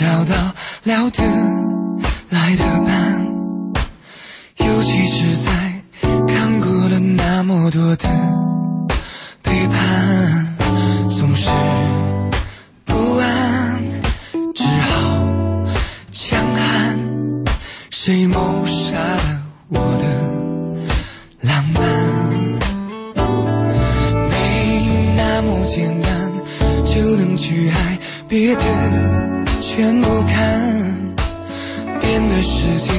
找到聊得来的伴，尤其是在看过了那么多的背叛，总是不安，只好强悍。谁谋杀了我的浪漫？没那么简单就能去爱，别的全不看。变得实际，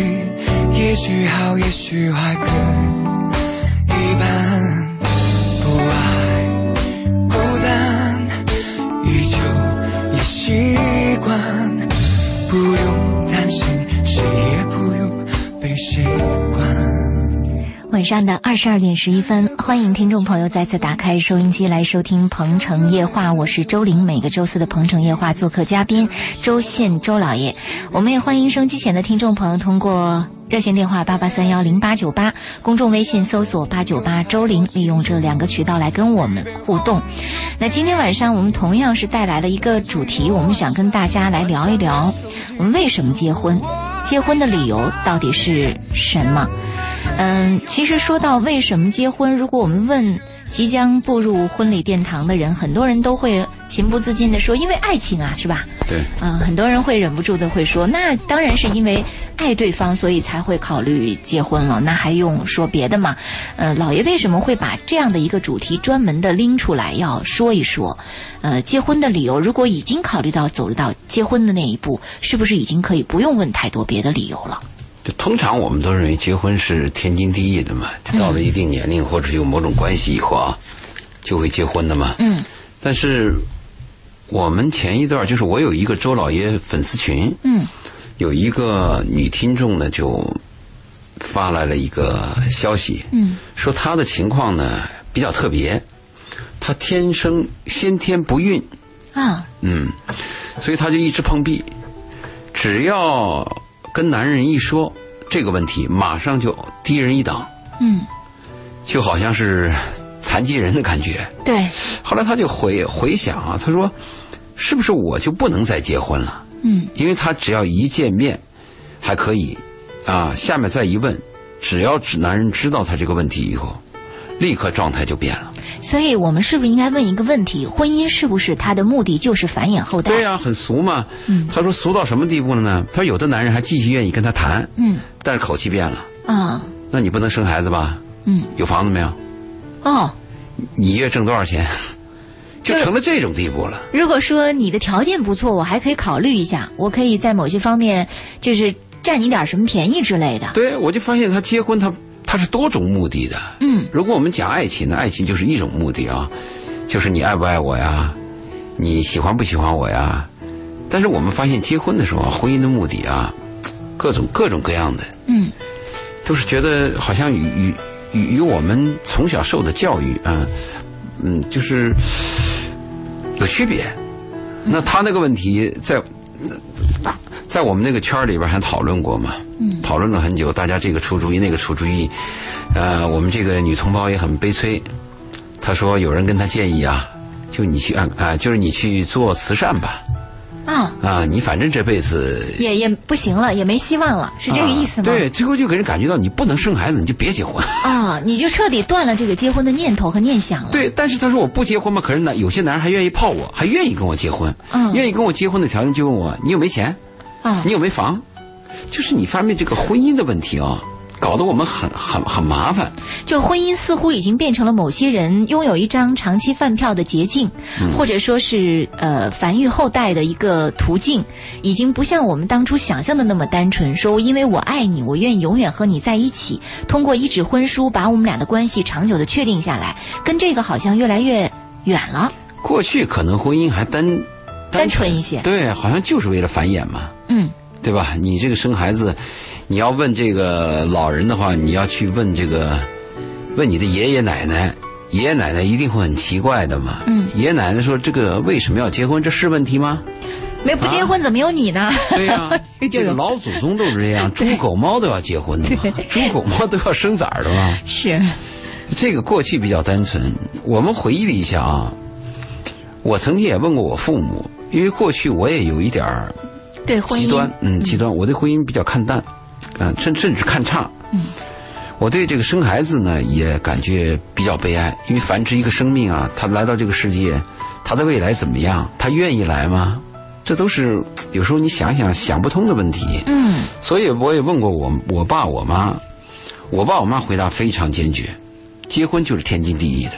也许好，也许坏，各一半。不爱孤单，依旧也习惯，不用担心，谁也不用被谁管。晚上的二十二点十一分，欢迎听众朋友再次打开收音机来收听《鹏城夜话》，我是周玲。每个周四的《鹏城夜话》做客嘉宾周宪周老爷，我们也欢迎收机前的听众朋友通过。热线电话八八三幺零八九八，公众微信搜索八九八周玲，利用这两个渠道来跟我们互动。那今天晚上我们同样是带来了一个主题，我们想跟大家来聊一聊，我们为什么结婚，结婚的理由到底是什么？嗯，其实说到为什么结婚，如果我们问即将步入婚礼殿堂的人，很多人都会情不自禁地说，因为爱情啊，是吧？对，嗯，很多人会忍不住的会说，那当然是因为爱对方，所以才会考虑结婚了，那还用说别的吗？呃，老爷为什么会把这样的一个主题专门的拎出来要说一说？呃，结婚的理由，如果已经考虑到走到结婚的那一步，是不是已经可以不用问太多别的理由了？就通常我们都认为结婚是天经地义的嘛，嗯就到了一定年龄或者有某种关系以后啊，就会结婚的嘛。嗯，但是我们前一段就是我有一个周老爷粉丝群，嗯，有一个女听众呢就发来了一个消息，嗯，说她的情况呢比较特别，她天生先天不孕，啊，嗯，所以他就一直碰壁。只要跟男人一说这个问题，马上就低人一等，嗯，就好像是残疾人的感觉。对，后来他就回回想啊，他说：“是不是我就不能再结婚了？”嗯，因为他只要一见面，还可以啊，下面再一问，只要指男人知道他这个问题以后，立刻状态就变了。所以我们是不是应该问一个问题：婚姻是不是它的目的就是繁衍后代？对呀、很俗嘛。他说俗到什么地步了呢？他说有的男人还继续愿意跟他谈，嗯，但是口气变了。啊，那你不能生孩子吧？嗯，有房子没有？哦。你一月挣多少钱？就成了这种地步了。如果说你的条件不错，我还可以考虑一下，我可以在某些方面就是占你点什么便宜之类的。对，我就发现他结婚，他他是多种目的的。嗯，如果我们讲爱情呢，爱情就是一种目的啊，就是你爱不爱我呀，你喜欢不喜欢我呀。但是我们发现结婚的时候啊，婚姻的目的啊，各种各种各样的，嗯，都是觉得好像与与与与我们从小受的教育啊，嗯，就是有区别。那他那个问题在在我们那个圈儿里边还讨论过嘛？嗯，讨论了很久，大家这个出主意，那个出主意。呃，我们这个女同胞也很悲催，她说有人跟她建议啊，就你去啊啊，就是你去做慈善吧，啊，啊，你反正这辈子也也不行了，也没希望了，是这个意思吗？啊对，最后就给人感觉到你不能生孩子，你就别 结婚。啊，你就彻底断了这个结婚的念头和念想了。对，但是他说我不结婚嘛，可是呢，有些男人还愿意泡我，还愿意跟我结婚，嗯愿意跟我结婚的条件就问我你有没钱，啊你有没房，就是你方面这个婚姻的问题啊、搞得我们很很很麻烦。就婚姻似乎已经变成了某些人拥有一张长期饭票的捷径，嗯或者说是呃繁育后代的一个途径，已经不像我们当初想象的那么单纯。说因为我爱你，我愿意永远和你在一起，通过一纸婚书把我们俩的关系长久的确定下来，跟这个好像越来越远了。过去可能婚姻还单单纯一些对，好像就是为了繁衍嘛，嗯，对吧？你这个生孩子，你要问这个老人的话，你要去问这个，问你的爷爷奶奶，爷爷奶奶一定会很奇怪的嘛。嗯，爷爷奶奶说这个为什么要结婚？这是问题 吗？没不结婚怎么有你呢？对呀、这 就这个老祖宗都是这 样，猪狗猫都要结婚的嘛，猪狗猫都要生崽儿的嘛。是，这个过去比较单纯，我们回忆了一下啊，我曾经也问过我父母，因为过去我也有一点儿对婚极端姻，，嗯，极端。我对婚姻比较看淡，啊、甚甚至看差。嗯，我对这个生孩子呢也感觉比较悲哀，因为繁殖一个生命啊，他来到这个世界，他的未来怎么样？他愿意来吗？这都是有时候你想想想不通的问题。嗯，所以我也问过我我爸我妈，我爸我妈回答非常坚决，结婚就是天经地义的。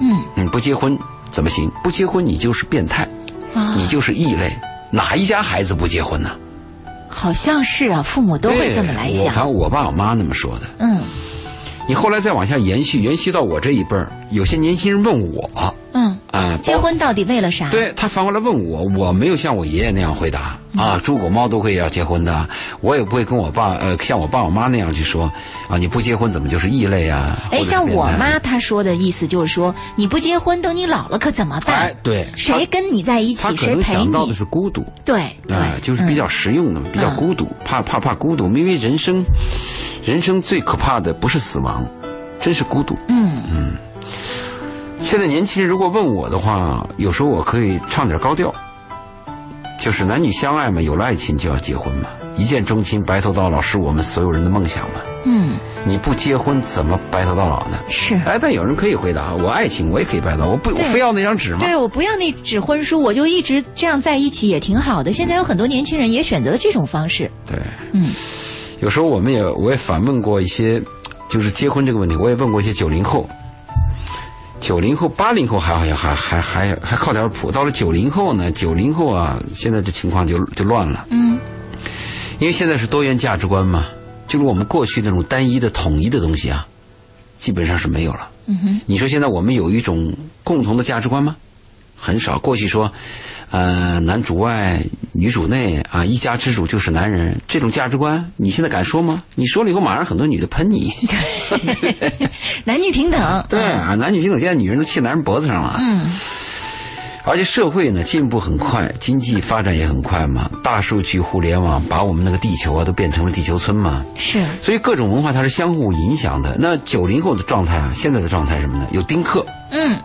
嗯，嗯，不结婚怎么行？不结婚你就是变态，啊你就是异类。哪一家孩子不结婚呢？哎好像是啊，父母都会这么来对我反想。正我爸我妈那么说的。嗯你后来再往下延续，延续到我这一辈儿，有些年轻人问我啊、嗯，结包婚到底为了啥？对他反过来问我，我没有像我爷爷那样回答啊，猪狗猫都会要结婚的，我也不会跟我爸呃像我爸我妈那样去说啊，你不结婚怎么就是异类啊？或哎，者是像变我态妈她说的意思就是说，你不结婚，等你老了可怎么办？哎对谁跟你在一他起，可谁能陪想到的你？是孤独，对对、嗯啊、就是比较实用的嘛，比较孤独，怕怕怕孤独，因为人生，人生最可怕的不是死亡，真是孤独。嗯现在年轻人如果问我的话，有时候我可以唱点高调，就是男女相爱嘛，有了爱情就要结婚嘛，一见钟情、白头到老是我们所有人的梦想嘛。嗯，你不结婚怎么白头到老呢？是。哎，但有人可以回答，我爱情我也可以白头，我不我对非要那张纸吗？对，我不要那纸婚书，我就一直这样在一起也挺好的。现在有很多年轻人也选择了这种方式。对，嗯，有时候我们也我也反问过一些，就是结婚这个问题，我也问过一些九零后。九零后、八零后还好像还还还还靠点谱，到了九零后呢，九零后啊，现在这情况就就乱了。嗯，因为现在是多元价值观嘛，就是我们过去那种单一的、统一的东西啊，基本上是没有了。嗯哼，你说现在我们有一种共同的价值观吗？很少。过去说，呃，男主外，女主内啊，一家之主就是男人，这种价值观，你现在敢说吗？你说了以后，马上很多女的喷你。男女平等。对啊，男女平等，现在女人都系男人脖子上了。嗯。而且社会呢进步很快，经济发展也很快嘛，大数据、互联网把我们那个地球啊都变成了地球村嘛。是，所以各种文化它是相互影响的。那九零后的状态啊，现在的状态是什么呢？有丁克，嗯，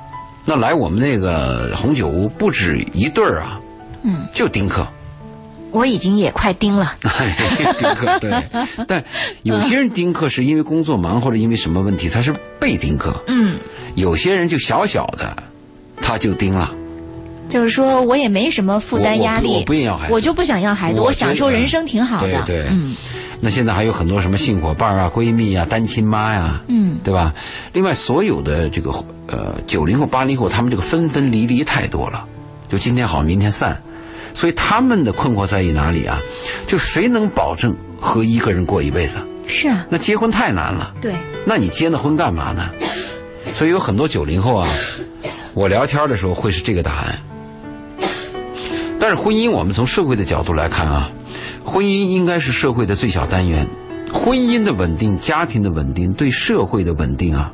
那来我们那个红酒屋不止一对儿啊，嗯，就丁克， 我已经也快盯了。丁克对。但有些人丁克是因为工作忙或者因为什么问题，他是被丁克；嗯，有些人就小小的，他就丁了。就是说我也没什么负担压力，我我不我不愿意要孩子我就不想要孩子，我我享受觉得人生挺好的。对对，嗯那现在还有很多什么性伙伴啊、闺蜜啊、单亲妈呀、嗯，对吧？另外，所有的这个呃九零后、八零后，他们这个分分离离太多了，就今天好，明天散，所以他们的困惑在于哪里啊？就谁能保证和一个人过一辈子？是啊，那结婚太难了，对，那你结那婚干嘛呢？所以有很多九零后啊，我聊天的时候会是这个答案。但是婚姻，我们从社会的角度来看啊，婚姻应该是社会的最小单元。婚姻的稳定、家庭的稳定，对社会的稳定啊，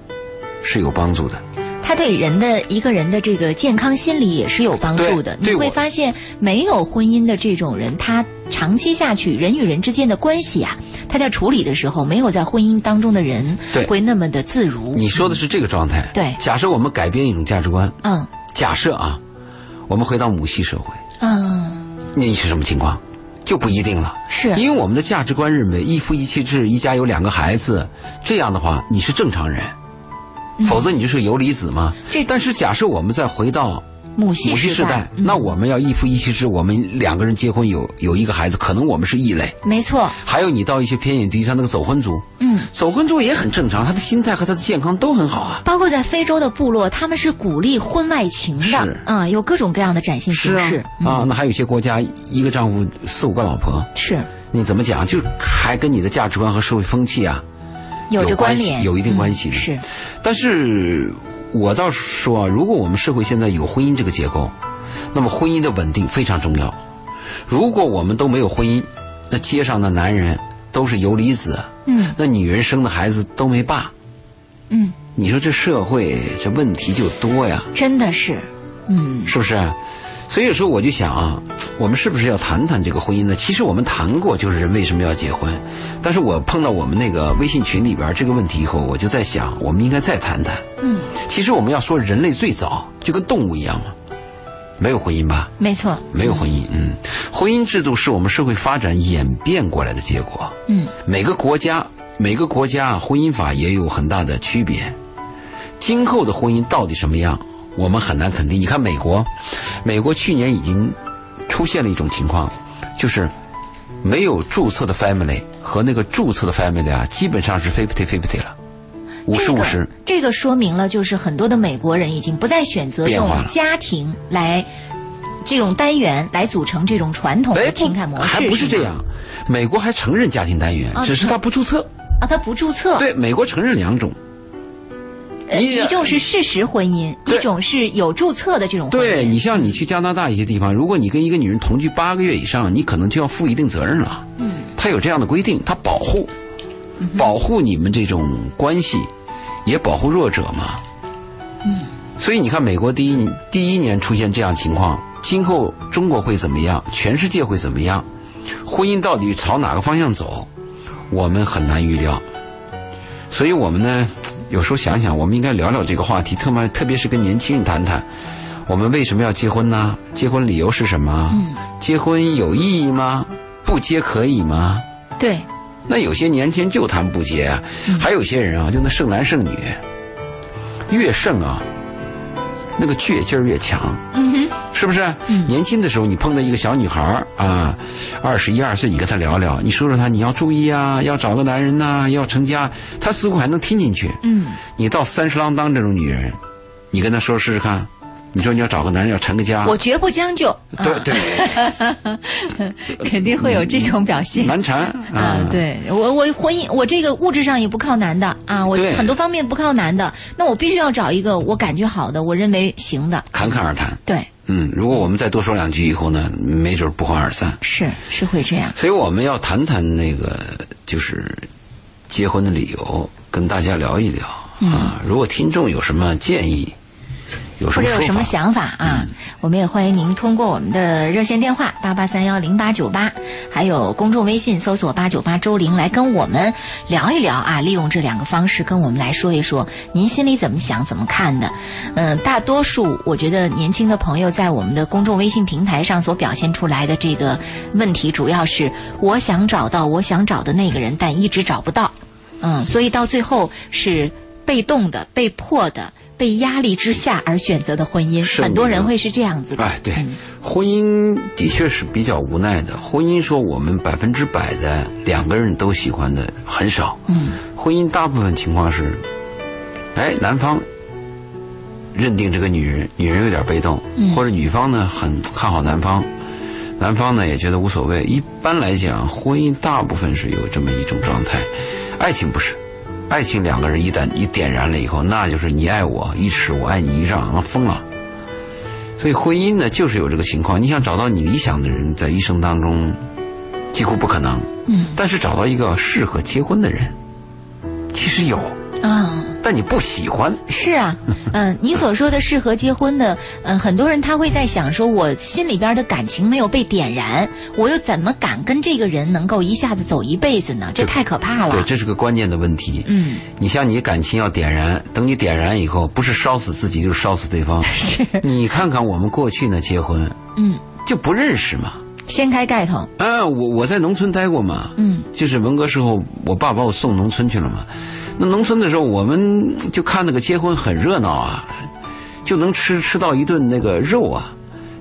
是有帮助的。它对人的一个人的这个健康心理也是有帮助的。对你对会我发现，没有婚姻的这种人，他长期下去，人与人之间的关系啊，他在处理的时候，没有在婚姻当中的人对会那么的自如。你说的是这个状态。对假设我们改变一种价值观，嗯假设啊，我们回到母系社会，嗯，那是什么情况？就不一定了。是 因为我们的价值观认为一夫一妻制，一家有两个孩子，这样的话你是正常人，否则你就是游离子嘛。嗯这但是假设我们再回到母系母系时嗯时代，那我们要一夫一妻制，我们两个人结婚有有一个孩子，可能我们是异类。没错，还有你到一些偏远地区，他那个走婚族，嗯。走婚族也很正常，他的心态和他的健康都很好啊。包括在非洲的部落，他们是鼓励婚外情的是，啊、有各种各样的展现形啊式，，嗯啊，那还有一些国家一个丈夫四五个老婆，是你怎么讲？就还跟你的价值观和社会风气啊有着有关关系联，有一定关嗯系的是，但是我倒是说啊，如果我们社会现在有婚姻这个结构，那么婚姻的稳定非常重要。如果我们都没有婚姻，那街上的男人都是游离子，嗯那女人生的孩子都没爸，嗯，你说这社会这问题就多呀，真的是，嗯是不是？所以有时候我就想啊，我们是不是要谈谈这个婚姻呢？其实我们谈过，就是人为什么要结婚。但是我碰到我们那个微信群里边这个问题以后，我就在想，我们应该再谈谈。嗯，其实我们要说，人类最早就跟动物一样嘛，没有婚姻吧？没错，没有婚姻，嗯，婚姻制度是我们社会发展演变过来的结果。嗯，每个国家每个国家啊，婚姻法也有很大的区别。今后的婚姻到底什么样，我们很难肯定。你看美国，美国去年已经出现了一种情况，就是没有注册的 family 和那个注册的 family 啊，基本上是 fifty fifty 了，五十五十。这个。这个说明了，就是很多的美国人已经不再选择变用化了家庭来这种单元来组成这种传统的哎，不情感模式，还不是这样，美国还承认家庭单元啊，只是他不注册。啊？他不注册，对，美国承认两种，呃你一种是事实婚姻，对一种是有注册的这种婚姻。对你像你去加拿大一些地方，如果你跟一个女人同居八个月以上，你可能就要负一定责任了。嗯，他有这样的规定，他保护，保护你们这种关系，也保护弱者嘛。嗯，所以你看，美国第一第一年出现这样情况，今后中国会怎么样？全世界会怎么样？婚姻到底朝哪个方向走，我们很难预料。所以我们呢，有时候想想，我们应该聊聊这个话题，特么特别是跟年轻人谈谈，我们为什么要结婚呢？结婚理由是什么？结婚有意义吗？不结可以吗？对那有些年轻人就谈不结啊，还有些人啊，就那剩男剩女，越剩啊，那个倔劲儿越强，是不是？年轻的时候你碰到一个小女孩儿啊，二十一二岁，你跟她聊聊，你说说她，你要注意啊，要找个男人呐、要成家，她似乎还能听进去。嗯，你到三十郎当这种女人，你跟她说试试看，你说你要找个男人要成个家，我啊绝不将就，对对， 呃肯定会有这种表现。难缠啊啊，，对我我婚姻我这个物质上也不靠男的啊，我对很多方面不靠男的，那我必须要找一个我感觉好的，我认为行的，侃侃而谈。对，嗯，如果我们再多说两句以后呢，没准不欢而散。是是会这样，所以我们要谈谈那个就是结婚的理由，跟大家聊一聊、啊。如果听众有什么建议，有嗯或什么者有说法，嗯什么想法啊，我们也欢迎您通过我们的热线电话八八三幺零八九八，还有公众微信搜索八九八周玲来跟我们聊一聊啊，利用这两个方式跟我们来说一说您心里怎么想、怎么看的。嗯，大多数我觉得年轻的朋友在我们的公众微信平台上所表现出来的这个问题，主要是我想找到我想找的那个人，但一直找不到。嗯，所以到最后是被动的、被迫的、被压力之下而选择的婚姻，是很多人会是这样子的。嗯哎，对，婚姻的确是比较无奈的。婚姻说我们百分之百的两个人都喜欢的很少。嗯，婚姻大部分情况是，哎，男方认定这个女人，女人有点被动，或者女方呢很看好男方，男方呢也觉得无所谓。一般来讲，婚姻大部分是有这么一种状态，爱情不是。爱情两个人一旦一点燃了以后，那就是你爱我一尺，我爱你一丈，啊疯了。所以婚姻呢，就是有这个情况。你想找到你理想的人，在一生当中几乎不可能。嗯，但是找到一个适合结婚的人，其实有，啊、但你不喜欢。是啊，嗯，你所说的适合结婚的，嗯，很多人他会在想说，我心里边的感情没有被点燃，我又怎么敢跟这个人能够一下子走一辈子呢？这太可怕对，了。这是个关键的问题。嗯，你像你感情要点燃，等你点燃以后，不是烧死自己，就是烧死对方。 是，你看看我们过去呢，结婚嗯，就不认识嘛。掀开盖头，啊，我我在农村待过嘛，嗯，就是文革时候，我爸把我送农村去了嘛。那农村的时候，我们就看那个结婚很热闹啊，就能吃吃到一顿那个肉啊，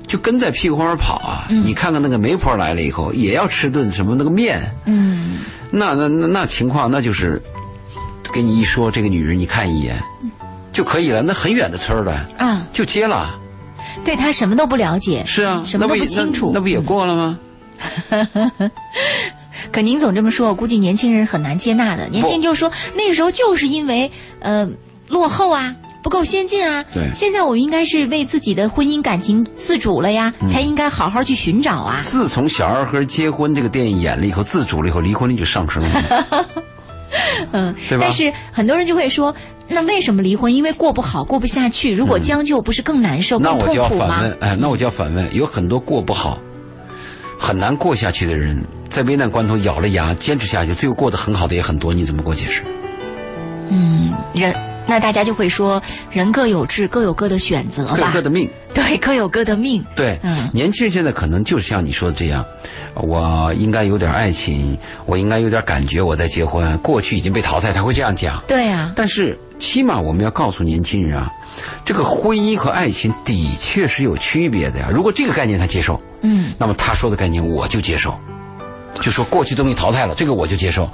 就跟在屁股后面跑啊。嗯你看看那个媒婆来了以后，也要吃顿什么那个面，嗯，那那那那情况，那就是给你一说这个女人，你看一眼嗯就可以了，那很远的村儿了啊，就接了。对他什么都不了解，是啊，什么那都不也清楚嗯那，那不也过了吗？可您总这么说，我估计年轻人很难接纳的。年轻人就说那个时候就是因为呃落后啊，不够先进啊。对现在我们应该是为自己的婚姻感情自主了呀，嗯才应该好好去寻找啊。自从《小二和结婚》这个电影演了以后，自主了以后，离婚率就上升了， 嗯，对吧但是很多人就会说，那为什么离婚？因为过不好，过不下去。如果将就，不是更难受、嗯那更我痛就要苦反吗？问，哎，那我就要反问，有很多过不好、很难过下去的人，在危难关头咬了牙坚持下去，最后过得很好的也很多，你怎么给我解释？嗯人那大家就会说，人各有志，各有各的选择各有吧各。的命。对，各有各的命。对，嗯年轻人现在可能就是像你说的这样，我应该有点爱情，我应该有点感觉，我再结婚。过去已经被淘汰，他会这样讲。对啊，但是起码我们要告诉年轻人啊，这个婚姻和爱情的确是有区别的呀。如果这个概念他接受，嗯，那么他说的概念我就接受。就说过去东西淘汰了，这个我就接受。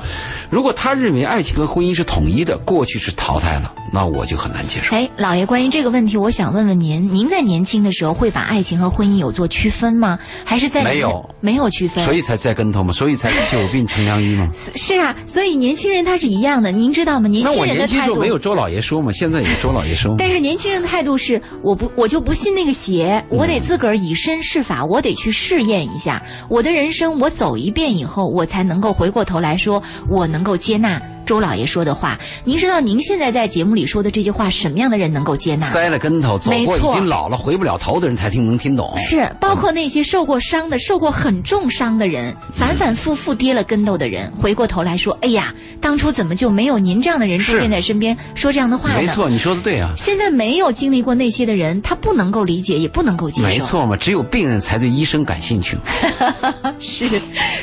如果他认为爱情和婚姻是统一的，过去是淘汰了，那我就很难接受。哎，老爷，关于这个问题，我想问问您，您在年轻的时候会把爱情和婚姻有做区分吗？还是在没有没有区分？所以才栽跟头嘛，所以才久病成良医嘛。是啊，所以年轻人他是一样的，您知道吗？ 年那轻我人年的轻态时候度没有周老爷说嘛，现在有周老爷 说嘛。但是年轻人的态度是，我不，我就不信那个邪，我得自个儿以身试法，我得去试验一下我的人生，我走一遍以后，我才能够回过头来说，我能够接纳周老爷说的话。您知道您现在在节目里说的这句话，什么样的人能够接纳？栽了跟头，走没过已错经老了回不了头的人才听能听懂。是，包括那些受过伤的、受过很重伤的人，反反复复跌了跟头的人，回过头来说：“哎呀，当初怎么就没有您这样的人出是现在身边，说这样的话呢？”没错，你说的对啊，现在没有经历过那些的人，他不能够理解，也不能够接受。没，错嘛，只有病人才对医生感兴趣嘛。 是。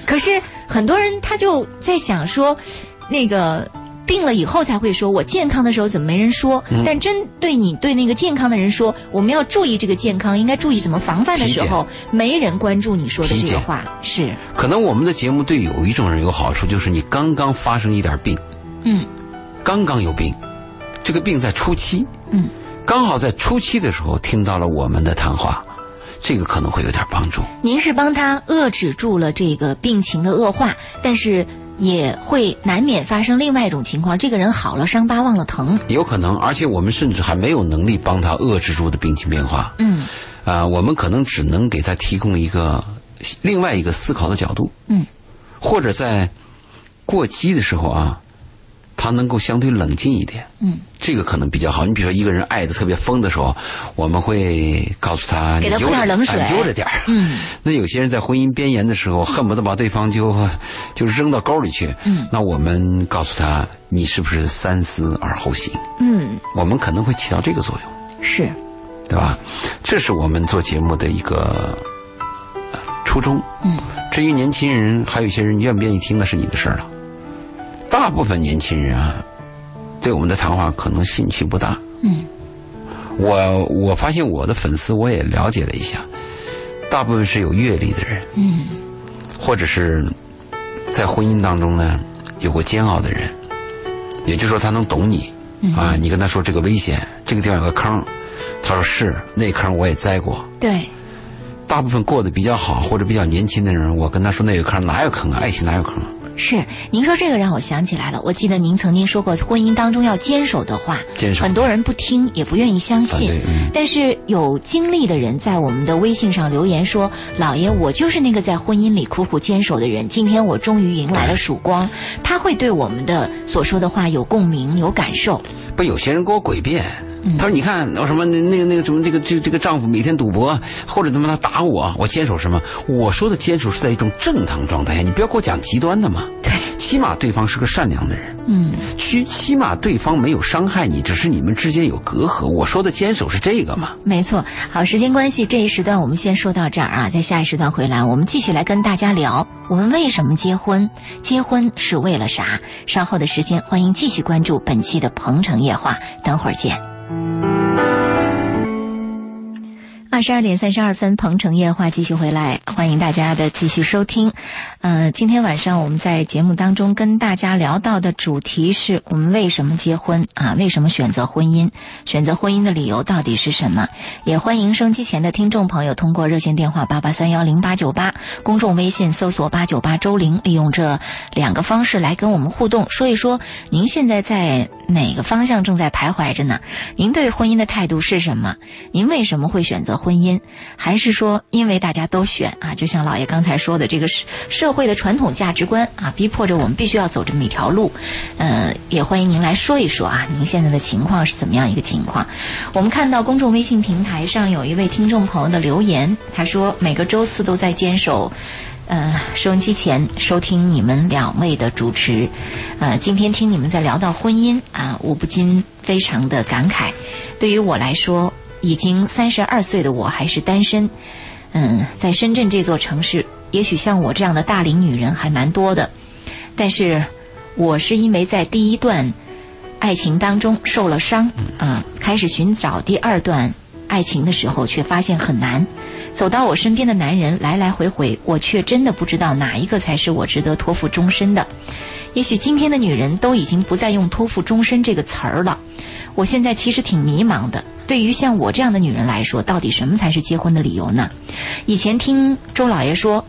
可是很多人他就在想说，那个病了以后才会说，我健康的时候怎么没人说？嗯但针对你对那个健康的人说，我们要注意这个健康，应该注意怎么防范的时候，没人关注你说的这体个检话。是，可能我们的节目对有一种人有好处，就是你刚刚发生一点病，嗯刚刚有病，这个病在初期，嗯，刚好在初期的时候听到了我们的谈话，这个可能会有点帮助。您是帮他遏制住了这个病情的恶化，但是也会难免发生另外一种情况，这个人好了，伤疤忘了疼。有可能，而且我们甚至还没有能力帮他遏制住的病情变化。嗯啊、我们可能只能给他提供一个另外一个思考的角度，嗯，或者在过激的时候啊，他能够相对冷静一点，嗯。这个可能比较好。你比如说，一个人爱的特别疯的时候，我们会告诉他，给他你泼悠着点冷水啊悠着点儿。 嗯，那有些人在婚姻边缘的时候，恨不得把对方就呃就扔到沟里去。嗯，那我们告诉他，你是不是三思而后行？嗯，我们可能会起到这个作用。是，对吧？这是我们做节目的一个呃初衷。嗯，至于年轻人，还有一些人愿不愿意听，那是你的事儿了。大部分年轻人啊，对我们的谈话可能兴趣不大。嗯，我我发现我的粉丝，我也了解了一下，大部分是有阅历的人，嗯或者是在婚姻当中呢有过煎熬的人，也就是说他能懂你嗯啊，你跟他说这个危险，这个地方有个坑，他说是那坑我也栽过。对，大部分过得比较好或者比较年轻的人，我跟他说那有坑哪有坑啊，爱情哪有坑啊，是。您说这个让我想起来了，我记得您曾经说过，婚姻当中要坚守的话，坚守很多人不听，也不愿意相信反对嗯。但是有经历的人在我们的微信上留言说：“老爷，我就是那个在婚姻里苦苦坚守的人，今天我终于迎来了曙光。”他会对我们的所说的话有共鸣，有感受。不有些人给我诡辩。嗯他说：“你看，我什么那那个那个什么，这个这个、这个丈夫每天赌博，或者怎么他打我，我坚守什么？我说的坚守是在一种正常状态下，你不要给我讲极端的嘛。对，起码对方是个善良的人，嗯，起起码对方没有伤害你，只是你们之间有隔阂。我说的坚守是这个嘛？没错，好，时间关系，这一时段我们先说到这儿啊，在下一时段回来，我们继续来跟大家聊我们为什么结婚，结婚是为了啥？稍后的时间，欢迎继续关注本期的《鹏城夜话》，等会儿见。二十二点三十二分，鹏城夜话继续回来，欢迎大家的继续收听。呃，今天晚上我们在节目当中跟大家聊到的主题是我们为什么结婚啊？为什么选择婚姻？选择婚姻的理由到底是什么？也欢迎收机前的听众朋友通过热线电话八八三幺零八九八，公众微信搜索八九八周玲，利用这两个方式来跟我们互动，说一说您现在在哪个方向正在徘徊着呢？您对婚姻的态度是什么？您为什么会选择婚姻？还是说因为大家都选啊？就像老爷刚才说的，这个社社会的传统价值观啊，逼迫着我们必须要走这么一条路。呃，也欢迎您来说一说啊，您现在的情况是怎么样一个情况？我们看到公众微信平台上有一位听众朋友的留言，他说每个周四都在坚守。呃，收音机前收听你们两位的主持，呃，今天听你们在聊到婚姻啊、我不禁非常的感慨。对于我来说，已经三十二岁的我还是单身，嗯，在深圳这座城市，也许像我这样的大龄女人还蛮多的，但是我是因为在第一段爱情当中受了伤啊、开始寻找第二段爱情的时候，却发现很难。走到我身边的男人来来回回，我却真的不知道哪一个才是我值得托付终身的。也许今天的女人都已经不再用托付终身这个词儿了。我现在其实挺迷茫的。对于像我这样的女人来说，到底什么才是结婚的理由呢？以前听周老爷说，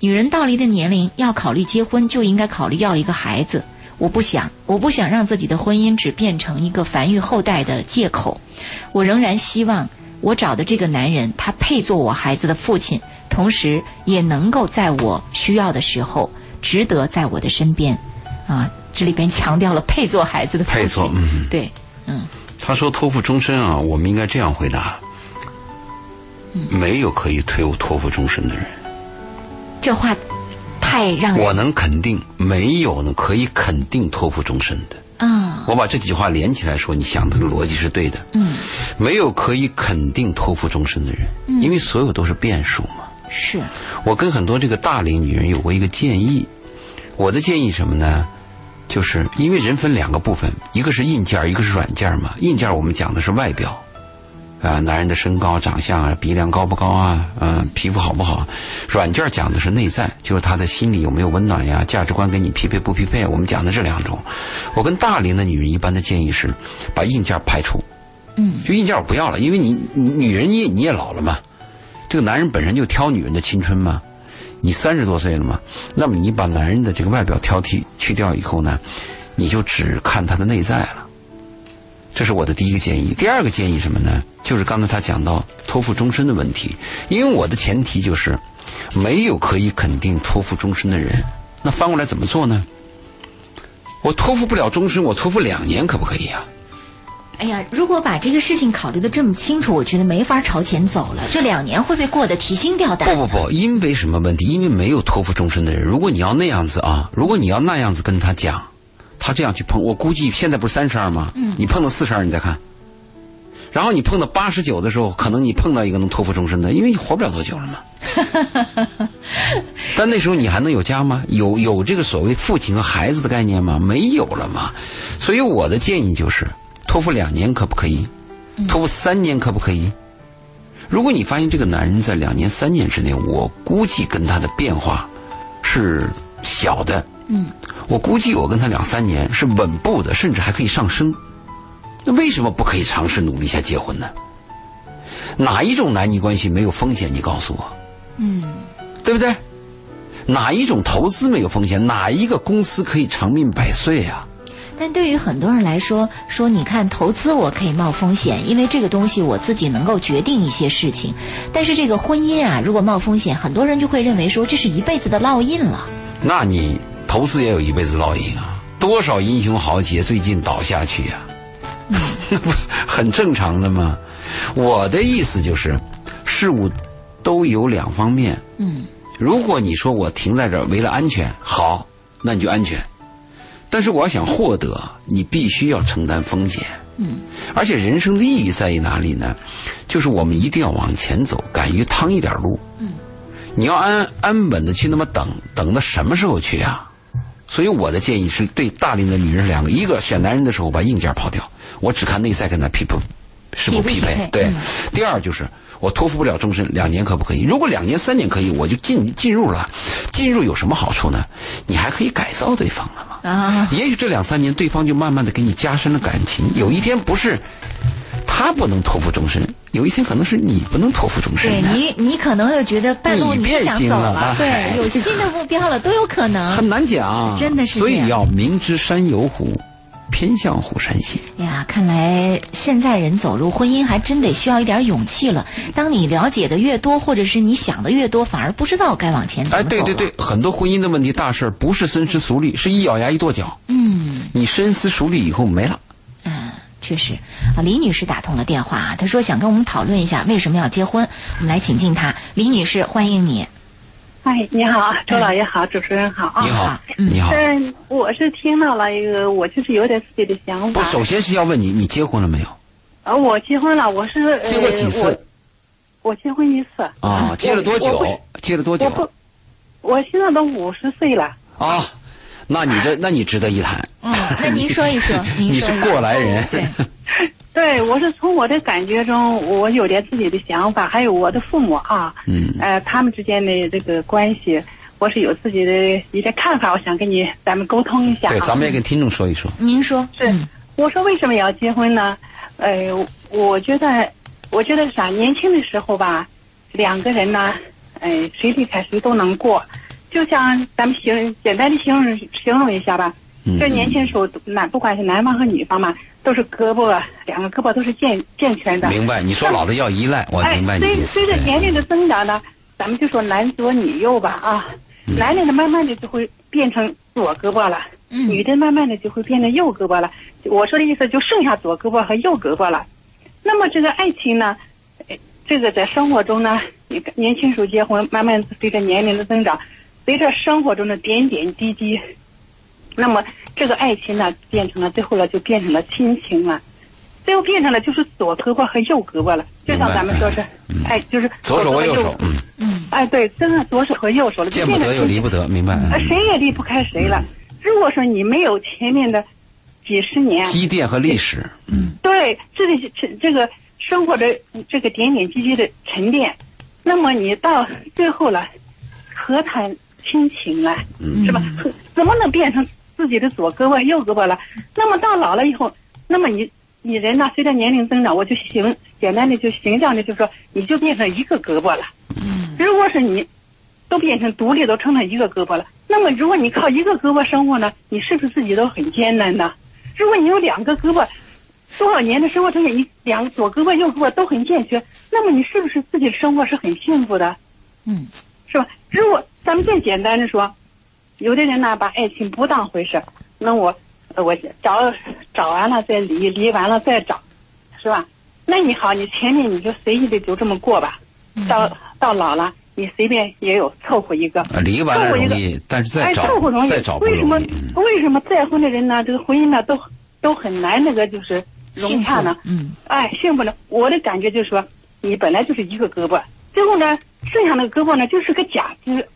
女人到了一定年龄要考虑结婚，就应该考虑要一个孩子。我不想，我不想让自己的婚姻只变成一个繁育后代的借口。我仍然希望我找的这个男人，他配做我孩子的父亲，同时也能够在我需要的时候，值得在我的身边。啊，这里边强调了配做孩子的父配亲做，嗯对，嗯。他说托付终身啊，我们应该这样回答：没有可以推托付终身的人。这话太让人我能肯定，没有呢可以肯定托付终身的。啊、我把这几句话连起来说，你想的逻辑是对的。嗯，没有可以肯定托付终身的人，因为所有都是变数嘛。是我跟很多这个大龄女人有过一个建议，我的建议什么呢？就是因为人分两个部分，一个是硬件儿，一个是软件儿嘛。硬件儿我们讲的是外表，啊、男人的身高、长相啊，鼻梁高不高啊，嗯、皮肤好不好。软件儿讲的是内在，就是他的心里有没有温暖呀，价值观跟你匹配不匹配。我们讲的这两种。我跟大龄的女人一般的建议是，把硬件儿排除，嗯，就硬件儿我不要了，因为你你女人你也你也老了嘛，这个男人本身就挑女人的青春嘛。你三十多岁了嘛，那么你把男人的这个外表挑剔去掉以后呢，你就只看他的内在了。这是我的第一个建议。第二个建议什么呢？就是刚才他讲到托付终身的问题，因为我的前提就是没有可以肯定托付终身的人。那翻过来怎么做呢？我托付不了终身，我托付两年可不可以啊？哎呀，如果把这个事情考虑的这么清楚，我觉得没法朝前走了。这两年会不会过得提心吊胆？不不不，因为什么问题？因为没有托付终身的人。如果你要那样子啊，如果你要那样子跟他讲，他这样去碰，我估计现在不是三十二吗？嗯，你碰到四十二，你再看。然后你碰到八十九的时候，可能你碰到一个能托付终身的，因为你活不了多久了嘛。 但那时候你还能有家吗？有有这个所谓父亲和孩子的概念吗？没有了嘛。所以我的建议就是，托付两年可不可以？托付三年可不可以？如果你发现这个男人在两年、三年之内，我估计跟他的变化是小的，嗯，我估计我跟他两三年是稳步的，甚至还可以上升。那为什么不可以尝试努力一下结婚呢？哪一种男女关系没有风险？你告诉我，嗯，对不对？哪一种投资没有风险？哪一个公司可以长命百岁啊？但对于很多人来说，说你看投资我可以冒风险，因为这个东西我自己能够决定一些事情。但是这个婚姻啊，如果冒风险，很多人就会认为说这是一辈子的烙印了。那你投资也有一辈子烙印啊！多少英雄豪杰最近倒下去呀、那不 很正常的吗？我的意思就是，事物都有两方面。嗯，如果你说我停在这儿为了安全，好，那你就安全。但是我要想获得，你必须要承担风险。嗯，而且人生的意义在于哪里呢？就是我们一定要往前走，敢于趟一点路。嗯，你要安安稳的去那么等，等到什么时候去啊？所以我的建议是对大龄的女人是两个，一个选男人的时候把硬件跑掉，我只看内在跟他匹不是否匹匹不匹配配。对，嗯第二就是我托付不了终身，两年可不可以？如果两年、三年可以，我就进进入了。进入有什么好处呢？你还可以改造对方了嘛。啊，也许这两三年，对方就慢慢的给你加深了感情。有一天不是他不能托付终身，有一天可能是你不能托付终身对呢。你，你可能又觉得半路你你也变想心走了哎对，有新的目标了，都有可能。啊很难讲，啊真的是所这样以要明知山有虎，偏向虎山行。哎呀，看来现在人走入婚姻还真得需要一点勇气了。当你了解的越多，或者是你想的越多，反而不知道该往前怎哎，么走对对了对，很多婚姻的问题大事儿不是深思熟虑，是一咬牙一跺脚。嗯，你深思熟虑以后没了。嗯，确实啊。李女士打通了电话啊，她说想跟我们讨论一下为什么要结婚。我们来请进她，李女士，欢迎你。哎，你好，周老爷好，主持人好啊。你好好，嗯你好。嗯，我是听到了一个，我就是有点自己的想不，法。首先是要问你，你结婚了没有？呃，我结婚了，我是呃结过几次？我我结婚一次。啊？结了多我久不？结了多我久？不，我现在都五十岁了。啊，那你啊这那你值得一谈。嗯，那您说一 说，您你说是一说。过来人，对，对，我是从我的感觉中，我有点自己的想法，还有我的父母啊，嗯呃，他们之间的这个关系，我是有自己的一些看法，我想跟你咱们沟通一下、啊。对，咱们也跟听众说一说。您说。嗯是，我说为什么也要结婚呢？呃，我觉得，我觉得啥，年轻的时候吧，两个人呢，呃，谁离开谁都能过。就像咱们形简单的形容形容一下吧，嗯这年轻的时候，男不管是男方和女方嘛，都是胳膊两个胳膊都是健健全的。明白，你说老了要依赖，我哎明白，你的随意思。随着年龄的增长呢，咱们就说男左女右吧啊，嗯男的呢慢慢的就会变成左胳膊了，嗯女的慢慢的就会变成右胳膊了。我说的意思就剩下左胳膊和右胳膊了。那么这个爱情呢，呃这个在生活中呢，你年轻时候结婚，慢慢随着年龄的增长，随着生活中的点点滴滴，那么这个爱情呢，变成了最后了就变成了亲情了。最后变成了就是左胳膊和右胳膊了，就像咱们说是，哎，就是左手手握和右手，嗯，哎，对，真的左手和右手了，就见不变得成又离不得，明白？啊，嗯谁也离不开谁了。如果说你没有前面的几十年，积淀和历史，嗯，对这个这这个生活的这个点点滴滴的沉淀，那么你到最后了，何谈亲情了，是吧？何怎么能变成自己的左胳膊右胳膊了？那么到老了以后，那么你你人呢，随着年龄增长，我就形简单的就形象的就说，你就变成一个胳膊了。如果是你都变成独立，都成了一个胳膊了，那么如果你靠一个胳膊生活呢，你是不是自己都很艰难呢？如果你有两个胳膊，多少年的生活成你两个左胳膊右胳膊都很健全，那么你是不是自己的生活是很幸福的？嗯，是吧？如果咱们最简单的说，有的人呢把爱情不当回事，那我呃我找找完了再离，离完了再找，是吧？那你好，你前面你就随意的就这么过吧，嗯到到老了你随便也有凑合一个，啊离完了凑合一容个易，但是再哎，找凑合容易，再找不为什么容易。嗯为什么再婚的人呢？这个婚姻呢，都都很难那个就是融幸洽呢福。。嗯哎，幸福呢？我的感觉就是说，你本来就是一个胳膊，最后呢，剩下那个胳膊呢，就是个假肢，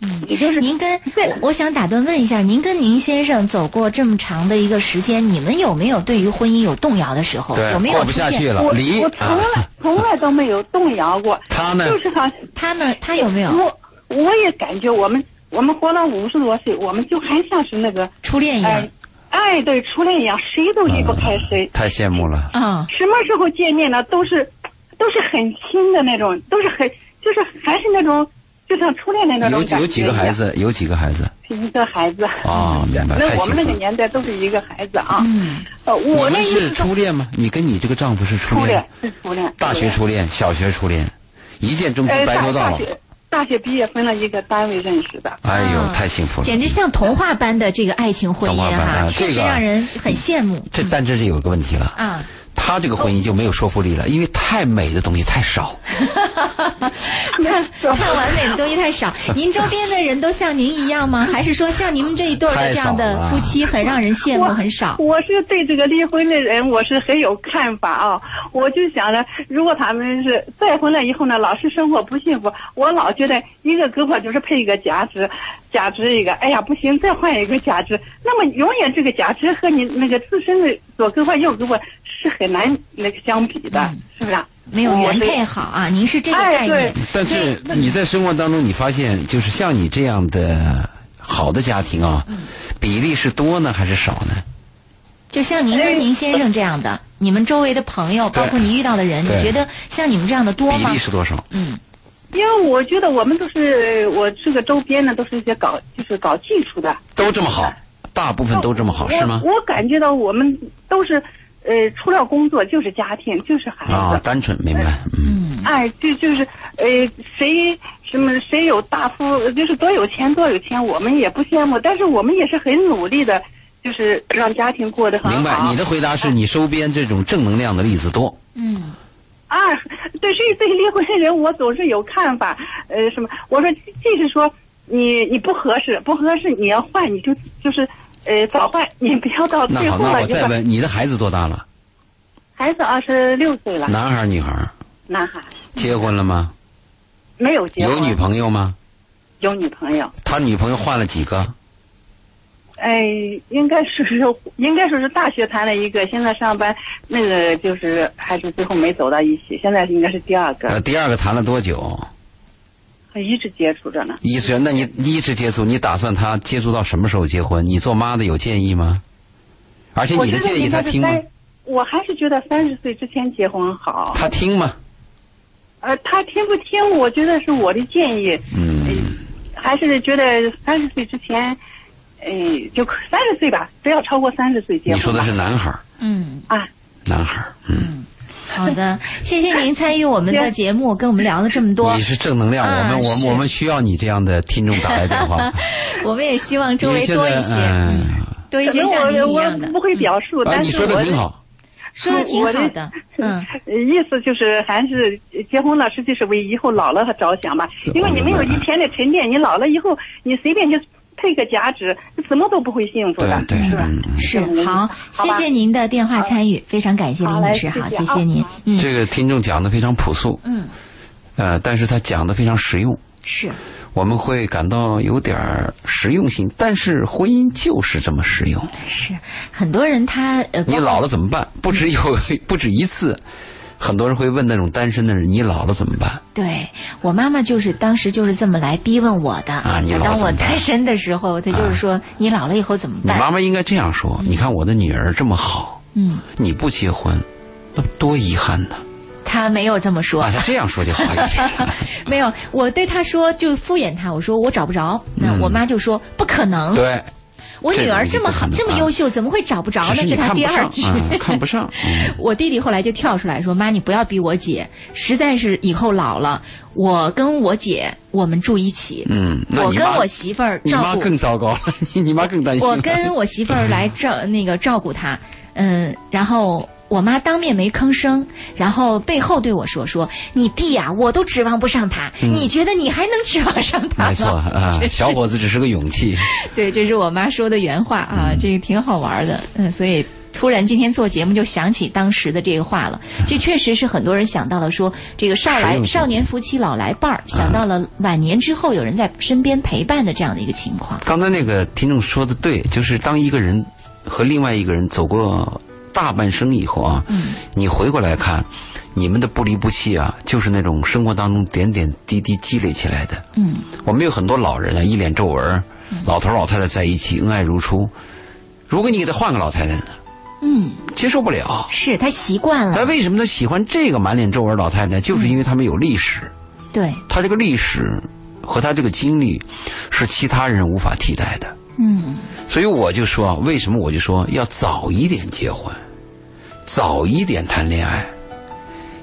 嗯。也就是您跟对我我想打断问一下，您跟您先生走过这么长的一个时间，你们有没有对于婚姻有动摇的时候？对有没有过不出下去现？了哦我离我从啊来从来都没 有动摇过，他呢就是好像他呢？他有没有我我也感觉我们我们活到五十多岁，我们就还像是那个初恋一样哎？哎对初恋一样，谁都离不开谁。嗯太羡慕了，啊，什么时候见面呢，都是都是很亲的那种，都是很就是还是那种就像初恋的那有种感觉有几个孩子，有几个孩子一个孩子啊？明白， 那太我幸们福那个了。年代都是一个孩子啊。嗯呃，你我那们意思是初恋吗？你跟你这个丈夫是初初恋吗？，恋是初恋。大学初恋，小学初恋，一见钟情，呃，白头大到大老。学大学毕业分了一个单位认识的。哎呦啊，太幸福了！简直像童话般的这个爱情婚姻童话般哈，啊确这实个啊让人很羡慕这，但这是有一个问题嗯了，啊。他这个婚姻就没有说服力了，因为太美的东西太少。看看完美的东西太少。您周边的人都像您一样吗？还是说像您们这一对儿的太这样少的了夫妻很让人羡慕，我很少？我是对这个离婚的人，我是很有看法啊。我就想着，如果他们是再婚了以后呢，老是生活不幸福，我老觉得一个胳膊就是配一个假肢，假肢一个，哎呀不行，再换一个假肢。那么永远这个假肢和你那个自身的左胳膊右胳膊是很难那个相比的，是不是啊？嗯没有我原是配好啊，您是这个概哎，对念。，但是你在生活当中，你发现就是像你这样的好的家庭啊，嗯比例是多呢还是少呢？就像您跟您先生这样的，你们周围的朋友，包括您遇到的人，你哎对觉得像你们这样的多比吗例？是多少？嗯因为我觉得我们都是我这个周边呢，都是一些搞就是搞技术的，都这么好，大部分都这么好，哦我是吗？我感觉到我们都是，呃，除了工作就是家庭，就是孩子，啊，单纯明白，嗯，哎，就就是，呃，谁什么谁有大富，就是多有钱多有钱，我们也不羡慕，但是我们也是很努力的，就是嗯让家庭过得很好。明白。你的回答是你周边这种正能量的例子多，嗯，啊，对，所以对离婚的人我总是有看法，呃，什么？我说，即使说你你不合适，不合适你要换，你就就是呃早换，你不要到那最好，后那了我就再把问，你的孩子多大了？孩子二十六岁了，男孩儿女孩儿？男孩结婚了吗？没有结婚，有女朋友吗？有女朋友，他女朋友换了几个？哎，应该是应该说 是大学谈了一个，现在上班那个就是还是最后没走到一起，现在应该是第二个，呃，第二个谈了多久？一直接触着呢。一直，那你你一直接触，你打算他接触到什么时候结婚？你做妈的有建议吗？而且我你的觉得建议应他该是听吗？三，我还是觉得三十岁之前结婚好。他听吗？呃，他听不听，我觉得是我的建议，哎嗯，还是觉得三十岁之前，哎，就三十岁吧，不要超过三十岁结你婚吧。说的是男孩儿，嗯，啊？男孩儿，嗯，好 的，谢谢您参与我们的节目，跟我们聊了这么多你，是正能量，啊我们我是们我们需要你这样的听众打来电 话，我们也希望周因为围现多在一些，嗯嗯，多一可些能像我您一我样的，不会表述，啊，但你是说我的挺好，说的挺我好这的，嗯。呃 意思就是还是结婚了，实际是为以后老了着想吧，因为你没有一天的沉淀，你老了以后，你随便就配个假指，你怎么都不会幸福对的，对，是吧？嗯，是好，好谢吧谢您的电话参与，非常感谢林好女嘞士，谢好，谢谢谢啊您好，嗯这个听众讲的非常朴素，嗯，呃，但是他讲的非常实用，是，我们会感到有点儿实用性，但是婚姻就是这么实用。是很多人他呃，包你括老了怎么办？不止有 不止一次，很多人会问那种单身的人：“你老了怎么办对我妈妈就是当时就是这么来逼问我的啊你老当怎我么办啊单身的时候，她就是说、你老了以后怎么？”你办？妈妈应该这样说：“你看我的女儿这么好，嗯，你不结婚，那多遗憾呐！”她没有这么说，啊，她这样说就好一些。 没有，我对她说就敷衍她，我说我找不着，那我妈就说不可能，嗯对，我女儿这这个么不可好，能这么啊优秀，怎么会找不着只呢？是这你她看不第二上句。啊，看不上。嗯 我弟弟后来就跳出来说：“妈，你不要逼我姐，实在是以后老了，我跟我姐我们住一起，嗯，那我你跟妈我媳妇儿你照妈顾，更糟糕了， 你你妈更担心 了。我跟我媳妇儿 来照那个照顾她，嗯，然后。”我妈当面没吭声，然后背后对我说：“说你弟呀、我都指望不上他，你觉得你还能指望上他吗？” 嗯没错啊，小伙子只是个勇气。对，这是我妈说的原话啊，嗯这个挺好玩的。嗯，所以突然今天做节目就想起当时的这个话 了。这确实是很多人想到了说，这个少实来用性嗯少年夫妻老来伴儿，想到了晚年之后有人在身边陪伴的这样的一个情况。刚才那个听众说的对，就是当一个人和另外一个人走过大半生以后啊，嗯你回过来看，你们的不离不弃啊，就是那种生活当中点点滴滴积累起来的。嗯，我们有很多老人啊，一脸皱纹，老头老太太在一起恩爱如初。如果你给他换个老太太呢，嗯，接受不了。是他习惯但了，为什么他喜欢这个满脸皱纹老太嗯太？就是因为他们有历史。对，他这个历史和他这个经历是其他人无法替代的。嗯，所以我就说，为什么我就说要早一点结婚，早一点谈恋爱。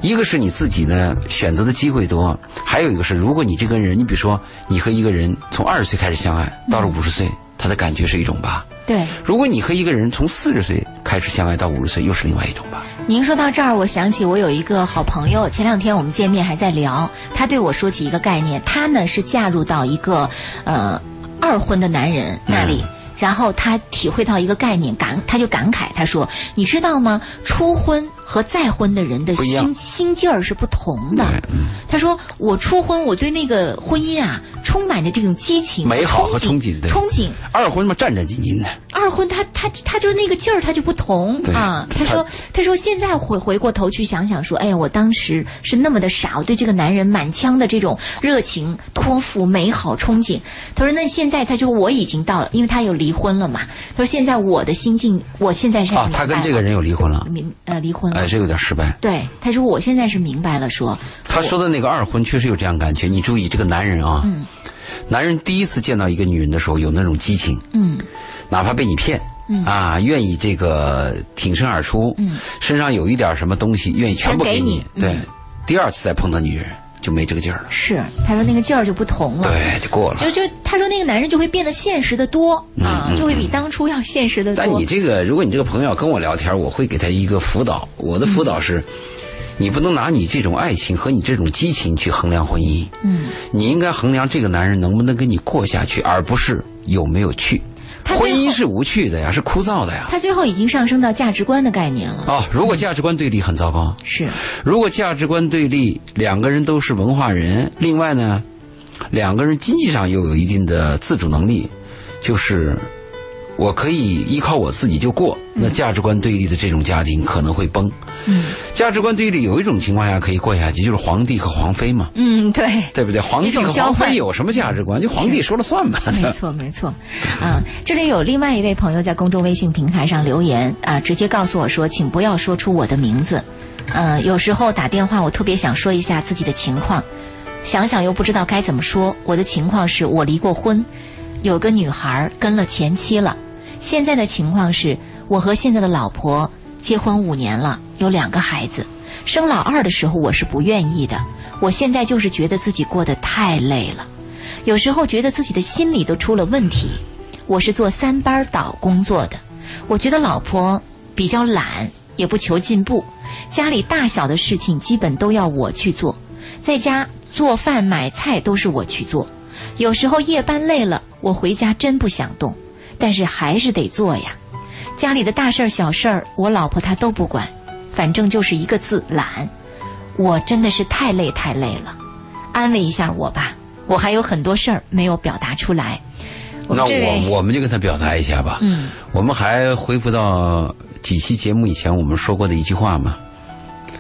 一个是你自己呢选择的机会多，还有一个是，如果你这个人，你比如说你和一个人从二十岁开始相爱，到了五十岁，他的感觉是一种吧；对。如果你和一个人从四十岁开始相爱到五十岁，又是另外一种吧。您说到这儿，我想起我有一个好朋友，前两天我们见面还在聊，他对我说起一个概念，他呢是嫁入到一个呃二婚的男人那里。嗯然后他体会到一个概念，感他就感慨，他说：“你知道吗？初婚和再婚的人的不一样心嗯心劲儿是不同的。他说：“我初婚，我对那个婚姻啊，充满着这种激情、美好和憧憧憬对憧憬二婚嘛，战战兢兢的，二婚他他他就那个劲儿他就不同对啊。他他说他说现在回回过头去想想说，哎呀，我当时是那么的傻，我对这个男人满腔的这种热情、托付、美好、憧憬。他说那现在他说我已经到了，因为他有离婚了嘛。他说现在我的心境，我现在是啊，他跟这个人有离婚了，明呃离婚了。哎，这有点失败。对，他说我现在是明白了说，他说的那个二婚确实有这样感觉。你注意这个男人啊，嗯男人第一次见到一个女人的时候有那种激情，嗯，哪怕被你骗，啊，愿意这个挺身而出，身上有一点什么东西，愿意全部嗯全给你。你嗯对，第二次再碰到女人就没这个劲儿了，是他说那个劲儿就不同了。对，就过了。就就他说那个男人就会变得现实的多嗯啊，就会比当初要现实的多。嗯但你这个，如果你这个朋友要跟我聊天，我会给他一个辅导。我的辅导是，你不能拿你这种爱情和你这种激情去衡量婚姻。嗯，你应该衡量这个男人能不能跟你过下去，而不是有没有趣。他婚最姻后是无趣的呀，是枯燥的呀。他最后已经上升到价值观的概念了。啊，如果价值观对立很糟糕，是，如果价值观对立，两个人都是文化人，另外呢，两个人经济上又有一定的自主能力，就是我可以依靠我自己就过，那价值观对立的这种家庭可能会崩。嗯价值观对立有一种情况下可以过下去，就是皇帝和皇妃嘛，嗯，对，对不对？皇帝和一种交皇换妃有什么价值观？就皇帝说了算嘛。没错，没错，啊，这里有另外一位朋友在公众微信平台上留言啊，直接告诉我说，请不要说出我的名字。呃，有时候打电话，我特别想说一下自己的情况，想想又不知道该怎么说。我的情况是我离过婚，有个女孩儿跟了前妻了。现在的情况是我和现在的老婆结婚五年了，有两个孩子。生老二的时候我是不愿意的，我现在就是觉得自己过得太累了。有时候觉得自己的心理都出了问题。我是做三班倒工作的，我觉得老婆比较懒，也不求进步，家里大小的事情基本都要我去做，在家做饭买菜都是我去做。有时候夜班累了，我回家真不想动，但是还是得做呀。家里的大事儿、小事儿，我老婆她都不管，反正就是一个字懒。我真的是太累太累了。安慰一下我吧，我还有很多事儿没有表达出来。我那们这位我我们就跟他表达一下吧。嗯，我们还回复到几期节目以前我们说过的一句话嘛，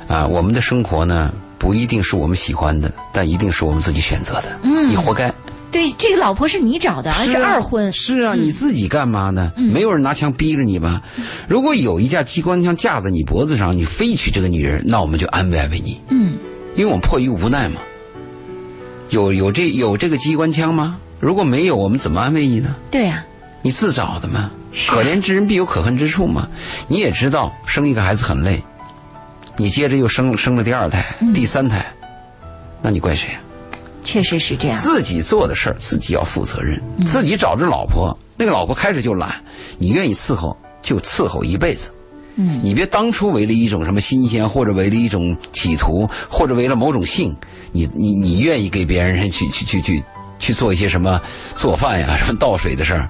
啊，我们的生活呢不一定是我们喜欢的，但一定是我们自己选择的。嗯，你活该。对这个老婆是你找的，而是啊二婚，嗯是啊，你自己干嘛呢？没有人拿枪逼着你吧？如果有一架机关枪架在你脖子上，你非娶这个女人，那我们就安慰安慰你，嗯，因为我们迫于无奈嘛。有有这有这个机关枪吗？如果没有，我们怎么安慰你呢？对啊呀、你自找的嘛。可怜之人必有可恨之处嘛。你也知道生一个孩子很累，你接着又生生了第二胎、第三胎，那你怪谁啊？确实是这样。嗯自己做的事儿自己要负责任，自己找着老婆，那个老婆开始就懒，你愿意伺候就伺候一辈子。嗯，你别当初为了一种什么新鲜，或者为了一种企图，或者为了某种性，你你你愿意给别人去去去去去做一些什么做饭呀、 什么倒水的事儿。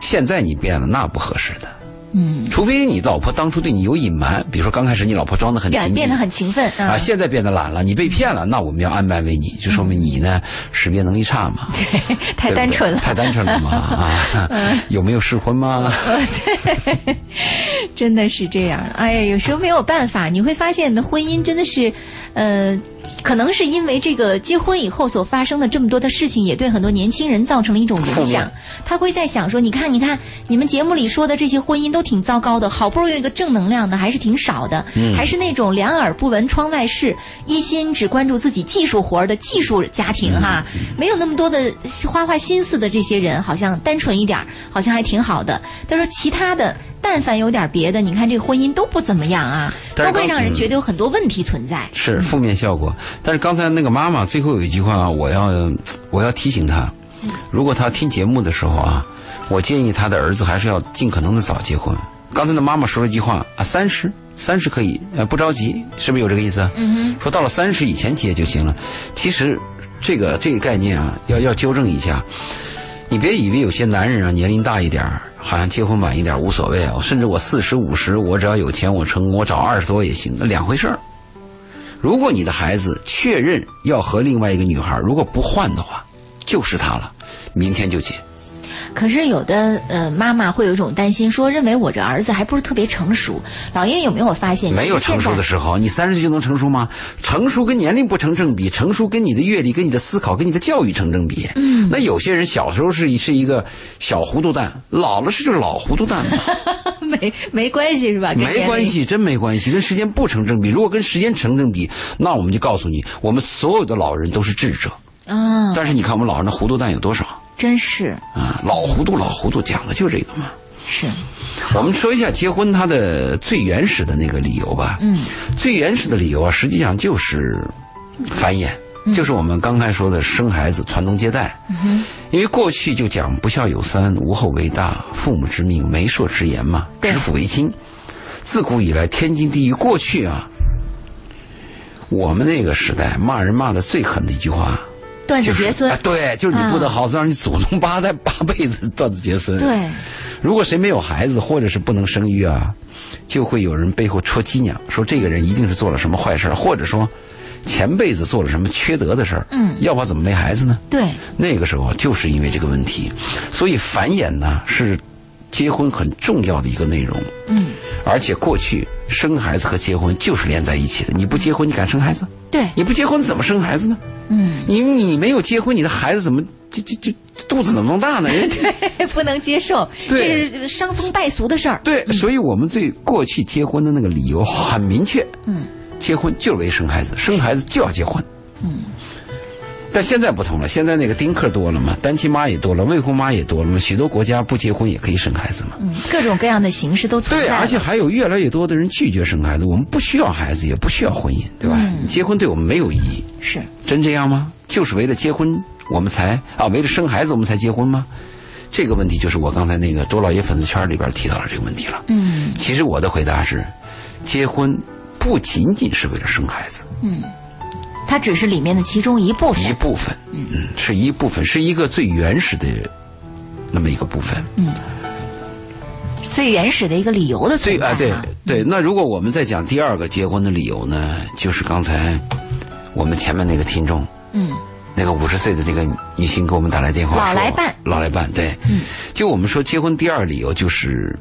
现在你变了，那不合适的。嗯，除非你老婆当初对你有隐瞒，比如说刚开始你老婆装的很变勤变得俭很勤奋嗯啊，现在变得懒了，你被骗了，那我们要安排为你，就说明你呢识别能力差嘛，嗯太单纯了嗯对不对，太单纯了嘛 啊，有没有试婚嘛？ 真的是这样。哎呀，有时候没有办法，你会发现你的婚姻真的是，呃，可能是因为这个结婚以后所发生的这么多的事情，也对很多年轻人造成了一种影负响面。他会在想说，你看，你看，你们节目里说的这些婚姻都挺糟糕的，好不容易有一个正能量的，还是挺少的，还是那种两耳不闻窗外事，一心只关注自己技术活儿的技术家庭哈，没有那么多的花花心思的这些人，好像单纯一点儿，好像还挺好的。他说其他的。但凡有点别的，你看这婚姻都不怎么样啊，但都是会刚让人嗯觉得有很多问题存在。是负面效果。但是刚才那个妈妈最后有一句话，啊我要我要提醒她，如果她听节目的时候啊，我建议她的儿子还是要尽可能的早结婚。刚才那妈妈说了一句话啊，三十三十可以，呃，不着急，是不是有这个意思？嗯哼，说到了三十以前结就行了。其实这个这个概念啊，要要纠正一下。你别以为有些男人啊，年龄大一点儿，好像结婚晚一点儿无所谓啊，甚至我四十五十，我只要有钱我成，我找二十多也行，那两回事儿。如果你的孩子确认要和另外一个女孩，如果不换的话，就是她了，明天就结。可是有的呃妈妈会有一种担心，说认为我这儿子还不是特别成熟。老爷有没有发现？没有其实现成熟在的时候，你三十岁就能成熟吗？成熟跟年龄不成正比，成熟跟你的阅历、跟你的思考、跟你的教育成正比。嗯，那有些人小时候是是一个小糊涂蛋，老了是就是老糊涂蛋嘛，没没关系是 吧？跟没年关龄。系，真没关系，跟时间不成正比。如果跟时间成正比，那我们就告诉你，我们所有的老人都是智者。啊、但是你看我们老人的糊涂蛋有多少真是啊？老糊涂，老糊涂，讲的就是这个嘛。是， 我们说一下结婚它的最原始的那个理由吧。嗯，最原始的理由啊，实际上就是繁衍，嗯就是我们刚才说的生孩子、传宗接代。嗯、因为过去就讲不孝有三，无后为大，父母之命，媒妁之言嘛，对指腹为亲。自古以来，天经地义。过去啊，我们那个时代骂人骂的最狠的一句话，断子就是绝孙嗯啊，对，就是你不得好死，让你祖宗八代八辈子断子绝孙。对，如果谁没有孩子，或者是不能生育啊，就会有人背后戳脊梁，说这个人一定是做了什么坏事儿，或者说前辈子做了什么缺德的事儿。嗯要不然怎么没孩子呢？对，那个时候就是因为这个问题，所以繁衍呢是结婚很重要的一个内容。嗯，而且过去生孩子和结婚就是连在一起的，你不结婚你敢生孩子？对，你不结婚怎么生孩子呢？嗯， 你你没有结婚，你的孩子怎么这这这肚子怎么能大呢？人家不能接受，这对是伤风败俗的事儿。对，所以我们对过去结婚的那个理由很明确，嗯，结婚就是为生孩子，生孩子就要结婚，嗯。但现在不同了，现在那个丁克多了嘛，单亲妈也多了，未婚妈也多了嘛，许多国家不结婚也可以生孩子嘛。嗯，各种各样的形式都存对，在了。而且还有越来越多的人拒绝生孩子，我们不需要孩子，也不需要婚姻，对吧？结婚对我们没有意义，是，真这样吗？就是为了结婚我们才啊，为了生孩子我们才结婚吗？这个问题就是我刚才那个周老爷粉丝圈里边提到了这个问题了。嗯其实我的回答是，结婚不仅仅是为了生孩子，嗯，它只是里面的其中一部一分。部分，嗯，是一部分，是一个最原始的那么一个部分。最原始的一个理由的存对在、啊，啊。对对。那如果我们再讲第二个结婚的理由呢，就是刚才我们前面那个听众，嗯，那个五十岁的那个女性给我们打来电话，老说来伴嗯老来伴，对，就我们说结婚第二理由就是，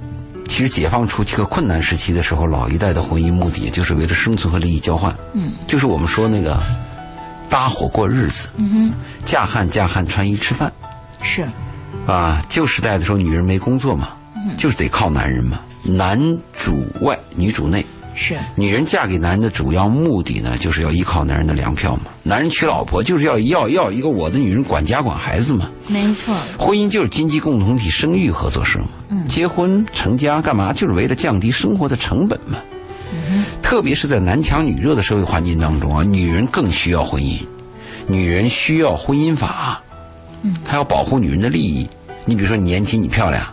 其实解放初期和困难时期的时候，老一代的婚姻目的就是为了生存和利益交换，嗯，就是我们说那个搭伙过日子，嗯嫁汉嫁汉穿衣吃饭，哼，是，啊，旧时代的时候，女人没工作嘛，就是得靠男人嘛，男主外，女主内。是，女人嫁给男人的主要目的呢，就是要依靠男人的粮票嘛。男人娶老婆就是要要要一个我的女人管家管孩子嘛。没错，婚姻就是经济共同体生育合作社嘛。结婚成家干嘛？就是为了降低生活的成本嘛。特别是在男强女弱的社会环境当中啊，女人更需要婚姻，女人需要婚姻法，嗯她要保护女人的利益。你比如说，你年轻，你漂亮，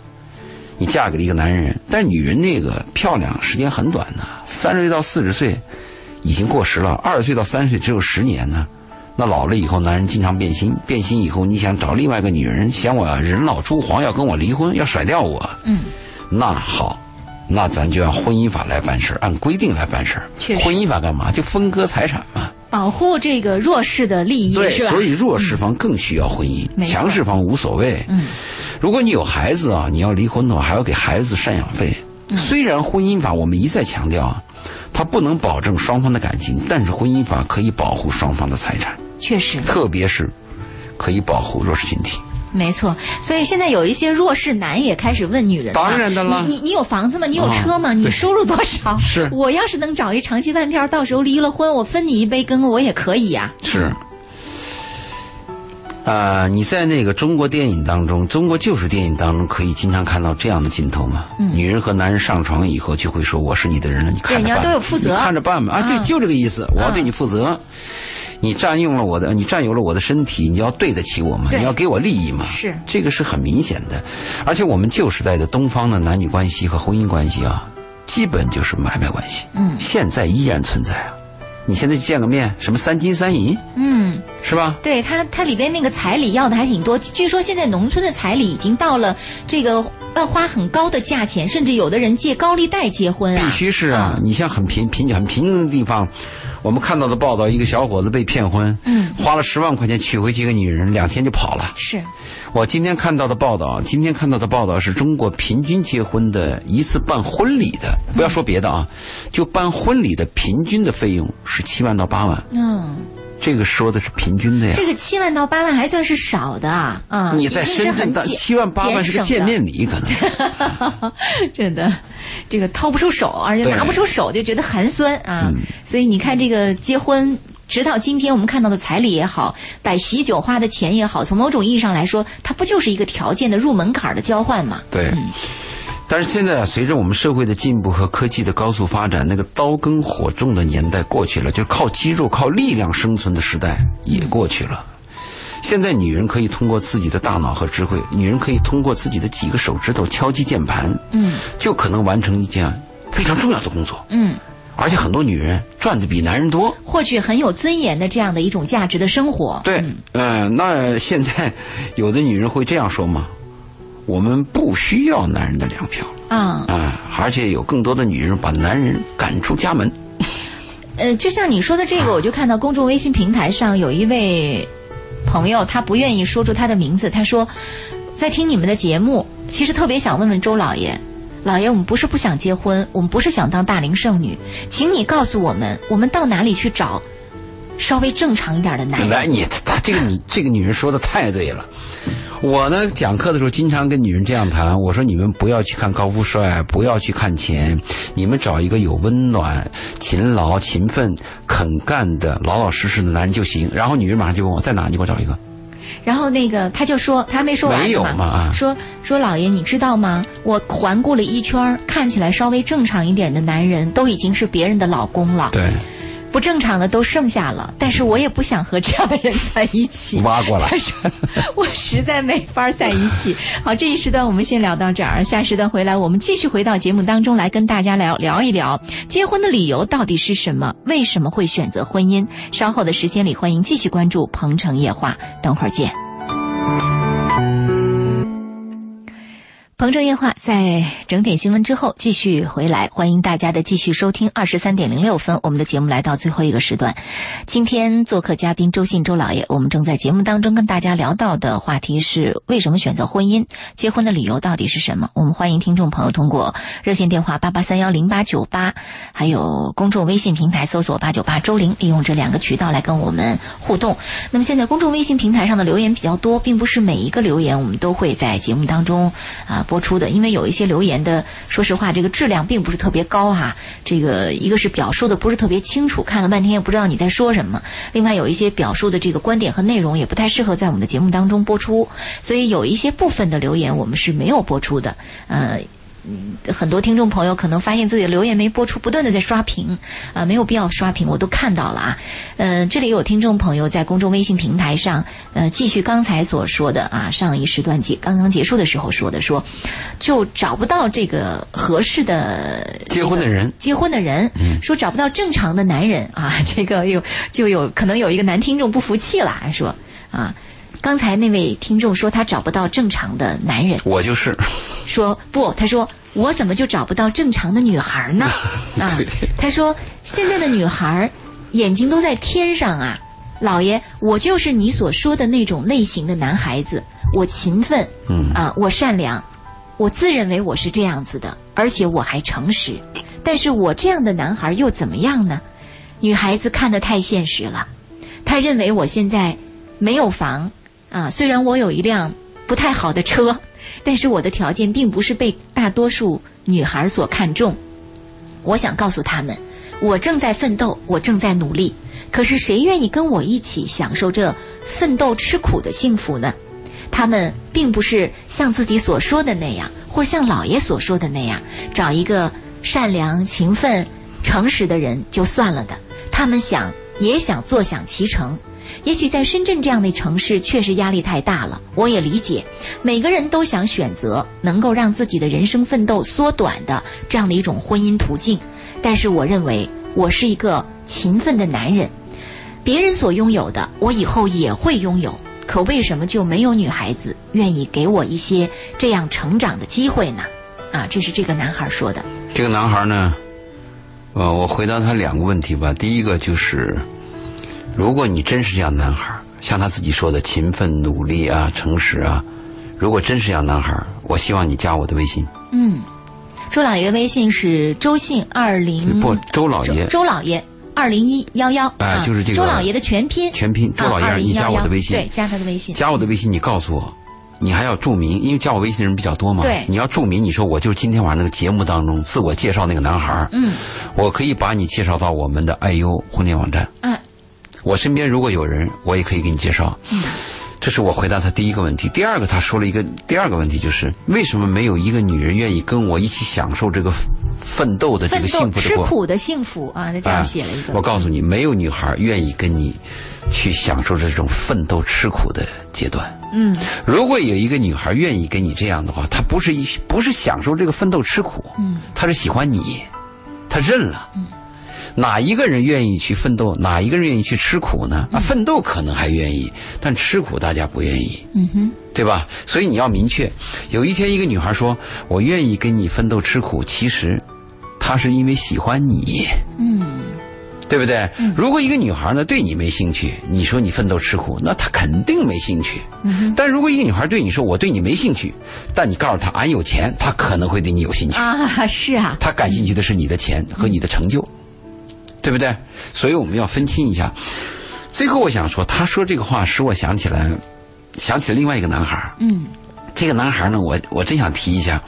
你嫁给了一个男人，但女人那个漂亮时间很短呐、三十岁到四十岁已经过时了，二十岁到三十岁只有十年呢、那老了以后，男人经常变心，变心以后，你想找另外一个女人，嫌我人老珠黄，要跟我离婚，要甩掉我，嗯，那好，那咱就按婚姻法来办事儿，按规定来办事儿确实。婚姻法干嘛？就分割财产嘛。保护这个弱势的利益对，是吧？嗯所以弱势方更需要婚姻，没错强势方无所谓。嗯，如果你有孩子啊，你要离婚的话，还要给孩子赡养费。嗯虽然婚姻法我们一再强调啊，它不能保证双方的感情，但是婚姻法可以保护双方的财产，确实特别是可以保护弱势群体。没错。所以现在有一些弱势男也开始问女人了，当然的啦你你你有房子吗？你有车吗？啊你对收入多少？ 是我要是能找一长期饭票，到时候离了婚，我分你一杯羹，我也可以呀、是。啊、你在那个中国电影当中，中国旧式电影当中，可以经常看到这样的镜头嘛？女人和男人上床以后，就会说：“我是你的人了，你嗯看着对办。”你要都有负责你看着办吧。啊，对，嗯就这个意思，我要对你负责。你占用了我的，你占有了我的身体，你要对得起我嘛？对你要给我利益嘛？是这个是很明显的。而且我们旧时代的东方的男女关系和婚姻关系啊，基本就是买卖关系。嗯现在依然存在啊。你现在去见个面，什么三金三银，嗯，是吧？对他他里边那个彩礼要的还挺多，据说现在农村的彩礼已经到了这个要花很高的价钱，甚至有的人借高利贷结婚啊。必须是啊！你像很贫贫很贫穷的地方，我们看到的报道，一个小伙子被骗婚，嗯花了十万块钱娶回去一个女人，两天就跑了。是，我今天看到的报道，今天看到的报道是中国平均结婚的一次办婚礼的，嗯不要说别的啊，就办婚礼的平均的费用是七万到八万，嗯，这个说的是平均的呀这。个七万到八万还算是少的啊，啊，嗯你在已经是深圳很的节七万八万是节个见省的面礼，可 能真的，这个掏不出手，而且对嗯拿不出手，就觉得寒酸啊。所以你看，这个结婚，直到今天我们看到的彩礼也好，摆喜酒花的钱也好，从某种意义上来说，它不就是一个条件的入门槛的交换嘛？对。但是现在啊，随着我们社会的进步和科技的高速发展，那个刀耕火种的年代过去了，就是靠肌肉、靠力量生存的时代也过去了。现在女人可以通过自己的大脑和智慧，女人可以通过自己的几个手指头敲击键盘，嗯就可能完成一件非常重要的工作。嗯，而且很多女人赚的比男人多。获取很有尊严的这样的一种价值的生活。对，嗯、那现在有的女人会这样说吗？我们不需要男人的粮票啊、啊、而且有更多的女人把男人赶出家门。呃，就像你说的这个，我就看到公众微信平台上有一位朋友，他不愿意说出他的名字，他说在听你们的节目，其实特别想问问周老爷。老爷，我们不是不想结婚，我们不是想当大龄剩女，请你告诉我们，我们到哪里去找稍微正常一点的男人？来，哎你他这个你这个女人说的太对了。我呢，讲课的时候经常跟女人这样谈，我说你们不要去看高富帅，不要去看钱，你们找一个有温暖、勤劳、勤奋、肯干的、老老实实的男人就行。然后女人马上就问我在哪，你给我找一个。然后那个他就说，他还没说完没有呢嘛啊说说老爷，你知道吗？我环顾了一圈儿，看起来稍微正常一点的男人都已经是别人的老公了，对，不正常的都剩下了。但是我也不想和这样的人在一起。挖过来他。说：“我实在没法在一起。” 好，这一时段我们先聊到这儿，啊下时段回来我们继续回到节目当中来跟大家聊聊一聊结婚的理由到底是什么，为什么会选择婚姻。稍后的时间里，欢迎继续关注《鹏城夜话》，等会儿见。鹏城夜话在整点新闻之后继续回来，欢迎大家的继续收听二十三点零六分，我们的节目来到最后一个时段。今天做客嘉宾周信周老爷，我们正在节目当中跟大家聊到的话题是为什么选择婚姻，结婚的理由到底是什么？我们欢迎听众朋友通过热线电话八八三幺零八九八，还有公众微信平台搜索八九八周玲，利用这两个渠道来跟我们互动。那么现在公众微信平台上的留言比较多，并不是每一个留言我们都会在节目当中啊播出的，因为有一些留言的，说实话这个质量并不是特别高哈、这个一个是表述的不是特别清楚，看了半天也不知道你在说什么；另外有一些表述的这个观点和内容也不太适合在我们的节目当中播出，所以有一些部分的留言我们是没有播出的，呃。很多听众朋友可能发现自己的留言没播出，不断的在刷屏，啊、没有必要刷屏，我都看到了啊。嗯、这里有听众朋友在公众微信平台上，呃，继续刚才所说的啊，上一时段结刚刚结束的时候说的说，就找不到这个合适的结婚的人嗯结婚的人，说找不到正常的男人啊， 这个有就有可能有一个男听众不服气了，说啊。刚才那位听众说他找不到正常的男人，我就是，说不，他说我怎么就找不到正常的女孩呢？ 啊对，他说现在的女孩眼睛都在天上啊，老爷，我就是你所说的那种类型的男孩子，我勤奋，嗯啊，我善良，我自认为我是这样子的，而且我还诚实，但是我这样的男孩又怎么样呢？女孩子看得太现实了，她认为我现在没有房啊，虽然我有一辆不太好的车，但是我的条件并不是被大多数女孩所看重。我想告诉他们，我正在奋斗，我正在努力。可是谁愿意跟我一起享受这奋斗吃苦的幸福呢？他们并不是像自己所说的那样，或者像老爷所说的那样，找一个善良、勤奋、诚实的人就算了的。他们想，也想坐享其成。也许在深圳这样的城市，确实压力太大了，我也理解。每个人都想选择能够让自己的人生奋斗缩短的这样的一种婚姻途径，但是我认为我是一个勤奋的男人，别人所拥有的，我以后也会拥有。可为什么就没有女孩子愿意给我一些这样成长的机会呢？啊，这是这个男孩说的。这个男孩呢，呃，我回答他两个问题吧。第一个就是，如果你真是这样的男孩，像他自己说的勤奋、努力啊、诚实啊，如果真是这样的男孩，我希望你加我的微信。嗯，周老爷的微信是周信二零不，周老爷嗯周老爷二零一幺幺哎就是这个周老爷的全拼全拼，周老爷，啊你加我的微信，对，加他的微信。加我的微信，你告诉我，你还要注明，因为加我微信的人比较多嘛。对你要注明，你说我就是今天晚上那个节目当中自我介绍那个男孩。嗯，我可以把你介绍到我们的爱优婚恋网站。啊，我身边如果有人，我也可以给你介绍。嗯，这是我回答他第一个问题。第二个，他说了一个第二个问题，就是为什么没有一个女人愿意跟我一起享受这个奋斗的这奋个斗幸福吃的过？苦的幸福啊，他这样写了一个。哎我告诉你，没有女孩愿意跟你去享受这种奋斗吃苦的阶段。嗯，如果有一个女孩愿意跟你这样的话，她不是一不是享受这个奋斗吃苦，嗯，她是喜欢你，她认了。嗯，哪一个人愿意去奋斗？哪一个人愿意去吃苦呢？嗯啊，奋斗可能还愿意，但吃苦大家不愿意。嗯哼，对吧？所以你要明确。有一天，一个女孩说：“我愿意跟你奋斗吃苦。”其实，她是因为喜欢你，嗯对不对？如果一个女孩呢对你没兴趣，你说你奋斗吃苦，那她肯定没兴趣。嗯但如果一个女孩对你说：“我对你没兴趣”，但你告诉她“俺有钱”，她可能会对你有兴趣。啊，是啊，她感兴趣的是你的钱和你的成就，对不对？所以我们要分清一下。最后，我想说，她说这个话使我想起来，想起了另外一个男孩儿。嗯这个男孩呢，我我真想提一下，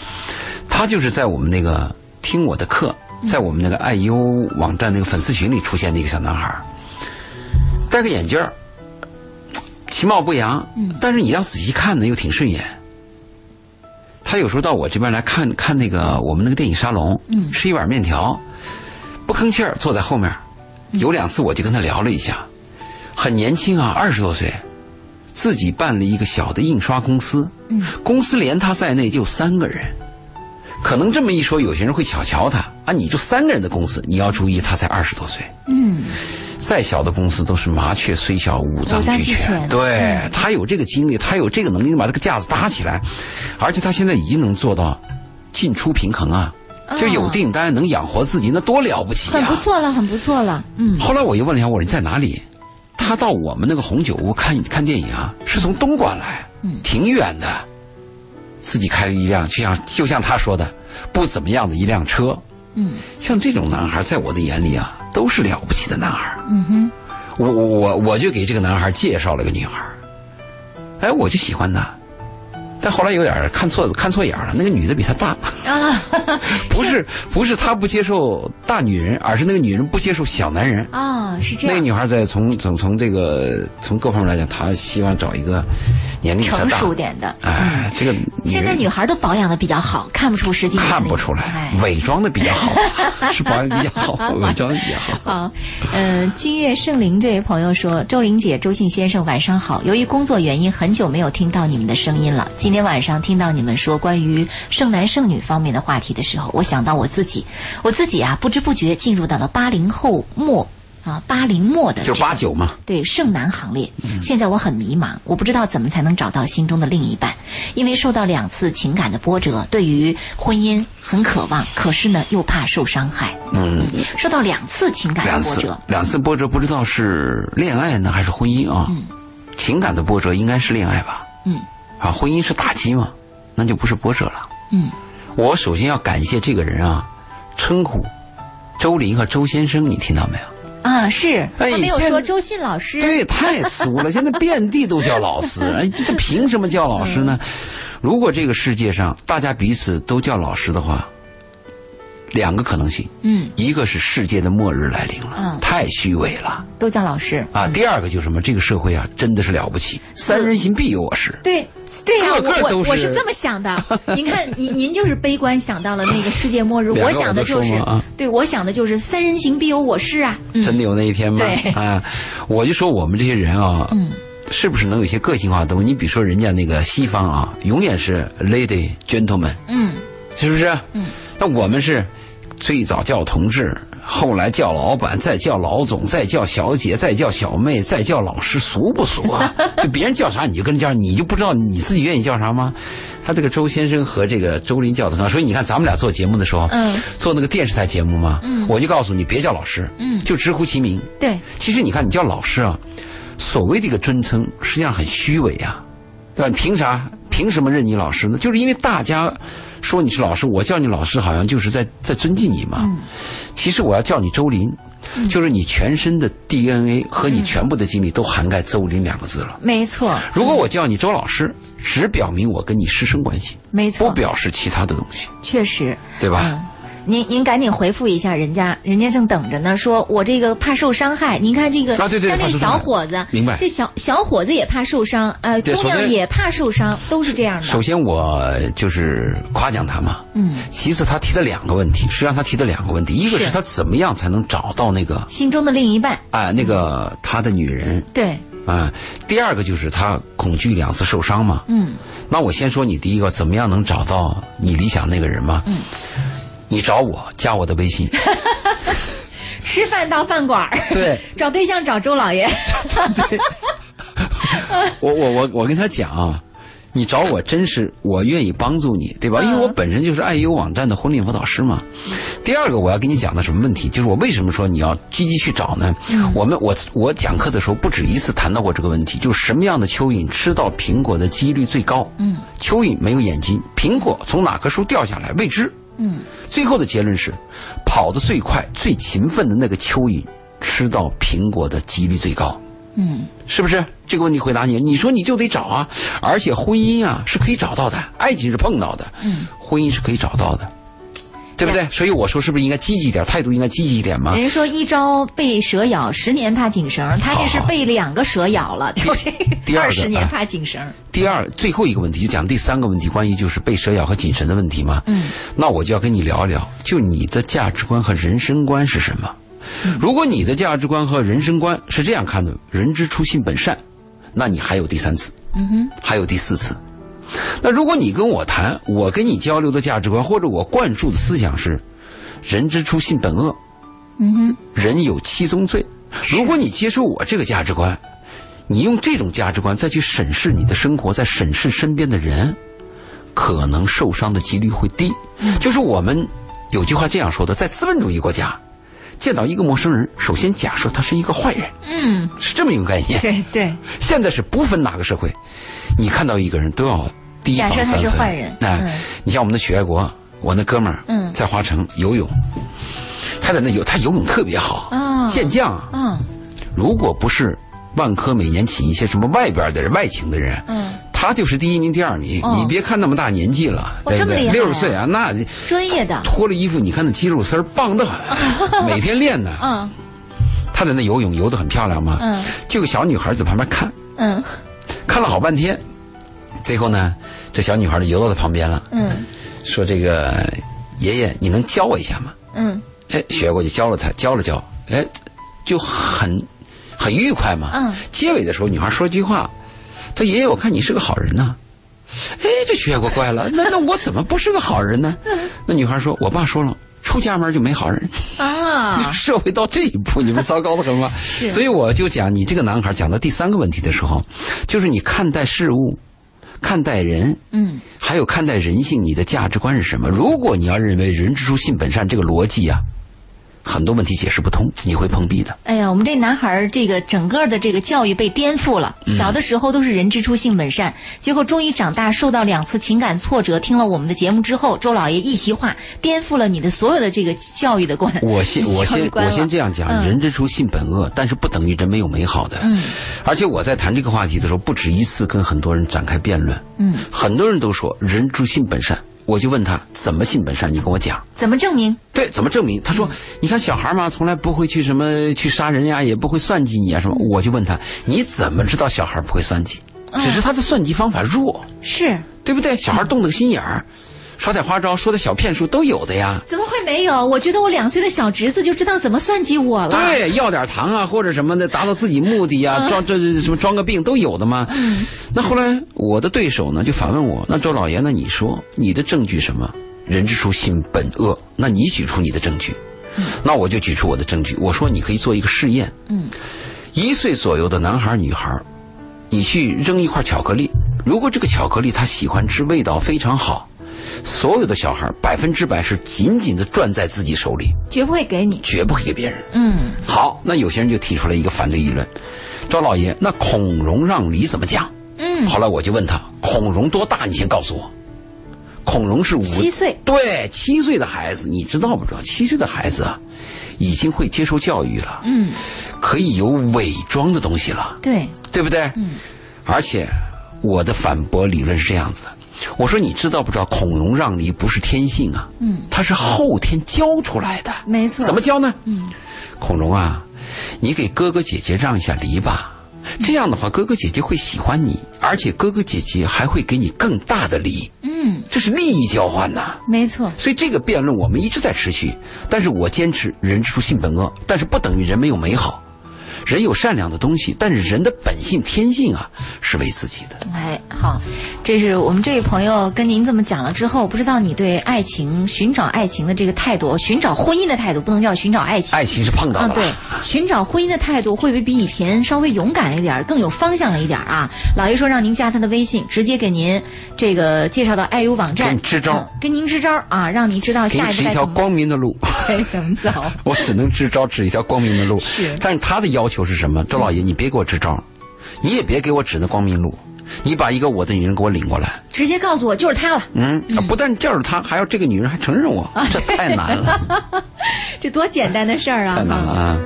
他就是在我们那个听我的课，在我们那个爱优网站那个粉丝群里出现的一个小男孩儿，戴个眼镜儿，其貌不扬，嗯但是你要仔细看呢，又挺顺眼。他有时候到我这边来看看那个我们那个电影沙龙，嗯吃一碗面条，不吭气儿坐在后面儿。嗯有两次我就跟他聊了一下，很年轻啊，二十多岁，自己办了一个小的印刷公司，嗯公司连他在内就三个人。可能这么一说，有些人会小瞧他啊，你就三个人的公司，你要注意，他才二十多岁。嗯，再小的公司都是麻雀虽小，五脏五脏俱全。全对他有这个精力，他有这个能力把这个架子搭起来，而且他现在已经能做到进出平衡啊，就有订单能养活自己，那多了不起啊！很不错了，很不错了。嗯后来我又问了一下，我说你在哪里？他到我们那个红酒屋看看电影啊，是从东莞来，挺远的，自己开了一辆，就像就像他说的，不怎么样的一辆车。嗯像这种男孩，在我的眼里啊，都是了不起的男孩。嗯哼，我我我我就给这个男孩介绍了个女孩，哎，我就喜欢他，但后来有点看错看错眼了，那个女的比他大。啊 不是不是他不接受大女人，而是那个女人不接受小男人。啊，是这那个样，女孩在从从从这个从各方面来讲，她希望找一个年龄比较成大。熟点的。哎，这个现在女孩都保养的比较好，看不出实际年龄。看不出来嗯哎，伪装的比较好， 是保养比较好，伪装的比较好。好，呃，君悦圣灵这位朋友说：“周玲姐、周信先生，晚上好。由于工作原因，很久没有听到你们的声音了。今天晚上听到你们说关于剩男剩女方面的话题的时候，我想到我自己，我自己啊，不知不觉进入到了八零后末啊，八零末的就是这个八九嘛，对剩男行列，嗯现在我很迷茫，我不知道怎么才能找到心中的另一半，因为受到两次情感的波折，对于婚姻很渴望，可是呢又怕受伤害。嗯，受到两次情感两的波次折，两次波折，不知道是恋爱呢还是婚姻啊？情感的波折应该是恋爱吧？嗯啊，婚姻是打击嘛，那就不是波折了。嗯我首先要感谢这个人啊，称呼周林和周先生，你听到没有？啊，是他哎没有现说在周信老师，对，太俗 了，现在遍地都叫老师，哎，这这凭什么叫老师嗯呢？如果这个世界上大家彼此都叫老师的话，两个可能性，嗯，一个是世界的末日来临了嗯，太虚伪了都叫老师，啊；第二个就是什么，这个社会啊真的是了不起，三人行必有我师。对对呀、个个我都我是我是这么想的。您看，您您就是悲观想到了那个世界末日，两我个我想的都就说是，嘛啊对我想的就是三人行必有我师啊。嗯真的有那一天吗？对啊，我就说我们这些人啊，嗯，是不是能有一些个性化的东西？你比如说人家那个西方啊，永远是 lady gentleman，嗯是不是？嗯，那我们是最早叫同志，后来叫老板，再叫老总，再叫小姐，再叫小妹，再叫老师，俗不俗 啊？就别人叫啥你就跟着叫，你就不知道你自己愿意叫啥吗？他这个周先生和这个周林叫的上，所以你看咱们俩做节目的时候，嗯，做那个电视台节目嘛，嗯，我就告诉你别叫老师，嗯，就直呼其名。对，其实你看，你叫老师啊，所谓的一个尊称，实际上很虚伪啊，对吧？你凭啥？凭什么认你老师呢？就是因为大家说你是老师，我叫你老师，好像就是在在尊敬你嘛。其实我要叫你周林，就是你全身的 DNA 和你全部的精力都涵盖“周林”两个字了。没错，如果我叫你周老师，只表明我跟你师生关系，没不错，表示其他的东西，确实，对吧？啊嗯，您您赶紧回复一下人家，人家正等着呢。说我这个怕受伤害，您看这个，啊对对像这怕受伤小害伙子，明白这小小伙子也怕受伤，呃，姑对首娘先也怕受伤，都是这样首的。先，我就是夸奖他嘛。嗯。其次，他提的两个问题，实际上他提的两个问题，一个是是他怎么样才能找到那个心中的另一半，啊、那个他的女人对，啊、第二个就是他恐惧两次受伤嘛。嗯那我先说你第一个，怎么样能找到 你理想那个人嘛？嗯，你找我，加我的微信，吃饭到饭馆儿，对找对象找周 老爷，我我我我跟他讲啊，你找我真是我愿意帮助你，对吧？因为我本身就是爱优网站的婚恋辅导师嘛。第二个我要跟你讲的什么问题，就是我为什么说你要积极去找呢？我们我我讲课的时候不止一次谈到过这个问题，就是什么样的蚯蚓吃到苹果的几率最高？嗯，蚯蚓没有眼睛，苹果从哪棵树掉下来未知。嗯，最后的结论是，跑得最快、最勤奋的那个蚯蚓吃到苹果的几率最高。嗯，是不是？这个问题回答你，你说你就得找啊，而且婚姻啊是可以找到的，爱情是碰到的，嗯，婚姻是可以找到的，对不对？所以我说是不是应该积极一点，态度应该积极一点嘛？人家说一朝被蛇咬，十年怕井绳，他这是被两个蛇咬了，就这 第二二个十年啊怕井绳。第二，最后一个问题就讲第三个问题，关于就是被蛇咬和谨慎的问题嘛。嗯，那我就要跟你聊一聊，就你的价值观和人生观是什么？嗯如果你的价值观和人生观是这样看的，人之初性本善，那你还有第三次，嗯哼，还有第四次。那如果你跟我谈，我跟你交流的价值观或者我灌输的思想是，人之初性本恶，嗯哼，人有七宗罪。如果你接受我这个价值观，你用这种价值观再去审视你的生活，再审视身边的人，可能受伤的几率会低。就是我们有句话这样说的，在资本主义国家，见到一个陌生人，首先假设他是一个坏人，嗯，是这么一个概 念。对对，现在是不分哪个社会，你看到一个人都要提防假设三他分。是坏人哎嗯你像我们的许爱国，我那哥们儿，嗯在华城游泳，他在那游，他游泳特别好，哦健将。嗯如果不是万科每年请一些什么外边的人、外请的人，嗯，他就是第一名、第二名。哦你别看那么大年纪了，哇对不这么厉害对？啊六十岁啊，那专业 的，脱了衣服，你看那肌肉丝儿 棒得很，每天练呢。嗯他在那游泳游得很漂亮嘛，嗯就有个小女孩在旁边看，嗯看了好半天，最后呢，这小女孩就游到他旁边了，嗯说：“这个爷爷，你能教我一下吗嗯？”哎，学过就教了她，教了教，哎，就很很愉快嘛。嗯。结尾的时候，女孩说一句话：“她爷爷，我看你是个好人呐。”哎，这学过怪了，那那我怎么不是个好人呢？嗯那女孩说：“我爸说了，出家门就没好人。”啊，社会到 这一步，你们糟糕的很吗？所以我就讲，你这个男孩讲到第三个问题的时候，就是你看待事物、看待人，嗯，还有看待人性，你的价值观是什么？如果你要认为“人之初，性本善”这个逻辑啊，很多问题解释不通，你会碰 壁的。哎呀，我们这男孩儿这个整个的这个教育被颠覆了。嗯小的时候都是人之初性本善，结果终于长大受到两次情感挫折，听了我们的节目之后，周老爷一席话颠覆了你的所有的这个教育的观。我先我教育先观我了先这样讲，嗯人之初性本恶，但是不等于人没有美好的。嗯，而且我在谈这个话题的时候，不止一次跟很多人展开辩论。嗯，很多人都说人之初性本善，我就问他怎么性本善，你跟我讲。怎么证明？对，怎么证明？他说：“你看小孩嘛，从来不会去什么去杀人呀，也不会算计你啊什么。”我就问他：“你怎么知道小孩不会算计？只是他的算计方法弱，是对不对？小孩动了个心眼儿，耍点花招，说点小骗术都有的呀。怎么会没有？我觉得我两岁的小侄子就知道怎么算计我了。，嗯对，要点糖啊，或者什么的，达到自己目的呀，装这这什么装个病都有的嘛。那后来我的对手呢就反问我：“那周老爷，那你说你的证据什么？人之初性本恶，那你举出你的证据。”那我就举出我的证据，我说你可以做一个试验。嗯，一岁左右的男孩儿女孩儿，你去扔一块巧克力，如果这个巧克力他喜欢吃，味道非常好，所有的小孩百分之百是紧紧的攥在自己手里，绝不会给你。绝不会给别人。嗯，好，那有些人就提出了一个反对议论，周老爷，那孔融让梨怎么讲？嗯，后来我就问他，孔融多大？你先告诉我。孔融是五七岁对，七岁的孩子，你知道不知道？七岁的孩子啊，已经会接受教育了，嗯，可以有伪装的东西了，对，对不对？嗯，而且我的反驳理论是这样子的。我说，你知道不知道？孔融让梨不是天性啊，嗯，它是后天教出来的，没错怎么教呢？嗯，孔融啊，你给哥哥姐姐让一下梨吧，这样的话，哥哥姐姐会喜欢你，而且哥哥姐姐还会给你更大的梨，嗯，这是利益交换呐、没错，所以这个辩论我们一直在持续，但是我坚持人之初性本恶，但是不等于人没有美好。人有善良的东西，但是人的本性天性啊，是为自己的。哎，好，这是我们这位朋友跟您这么讲了之后，不知道你对爱情、寻找爱情的这个态度，寻找婚姻的态度，不能叫寻找爱情。爱情是哎碰到啊，的对了，，寻找婚姻的态度会不会比以前稍微勇敢一点儿，更有方向一点儿啊？老爷说让您加他的微信，直接给您这个介绍到爱优网给站，你支招嗯跟您支招儿啊，让您知道给下一你步指一该条怎么光明的路。该怎么走。我只能支招，指一条光明的路。但是他的要求是什么？周老嗯爷，你别给我支招，你也别给我指那光明路，你把一个我的女人给我领过来。 直接告诉我就是他了，嗯，啊不但就是他，还要这个女人还承认我，啊这太难了，这多简单的事 儿啊！太难了啊！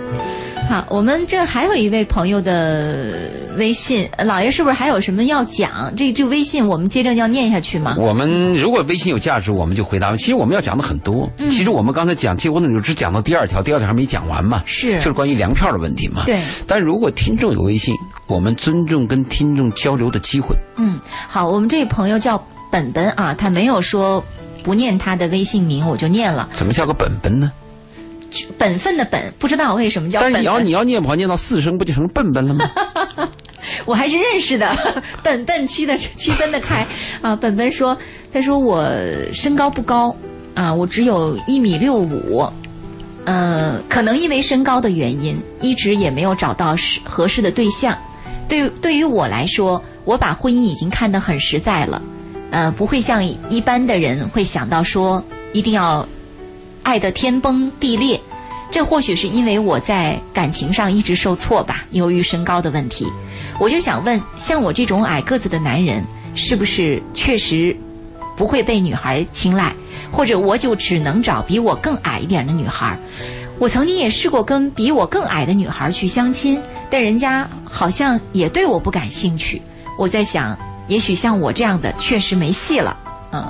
好，我们这还有一位朋友的微信，呃老爷是不是还有什么要讲？这这微信我们接着要念下去吗？我们如果微信有价值，我们就回答。其实我们要讲的很多，嗯其实我们刚才讲结果呢，就只讲到第二条，第二条还没讲完嘛，是就是关于粮票的问题嘛。对。但如果听众有微信，我们尊重跟听众交流的机会。嗯，好，我们这位朋友叫本本啊，他没有说不念他的微信名，我就念了。怎么叫个本本呢？本分的本，不知道为什么叫但本是本，你要你要念不好，念到四声不就成笨笨了吗？我还是认识的， 本本区的区分的开啊。本本说，他说我身高不高啊，我只有一米六五，呃，可能因为身高的原因，一直也没有找到适合适的对象。对，对于我来说，我把婚姻已经看得很实在了，呃，不会像一般的人会想到说一定要爱得天崩地裂。这或许是因为我在感情上一直受挫吧，由于身高的问题。我就想问，像我这种矮个子的男人，是不是确实不会被女孩青睐，或者我就只能找比我更矮一点的女孩？我曾经也试过跟比我更矮的女孩去相亲，但人家好像也对我不感兴趣。我在想，也许像我这样的确实没戏了。嗯，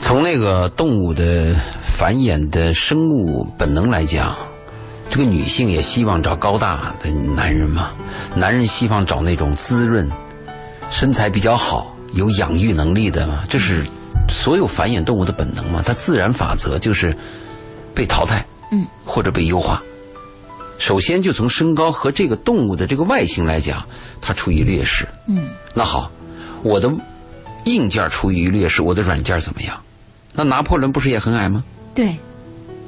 从那个动物的繁衍的生物本能来讲，这个女性也希望找高大的男人嘛，男人希望找那种滋润、身材比较好、有养育能力的嘛，这是所有繁衍动物的本能嘛，它自然法则就是被淘汰，嗯，或者被优化。首先就从身高和这个动物的这个外形来讲，它处于劣势。嗯，那好，我的硬件处于劣势，我的软件怎么样？那拿破仑不是也很矮吗？对，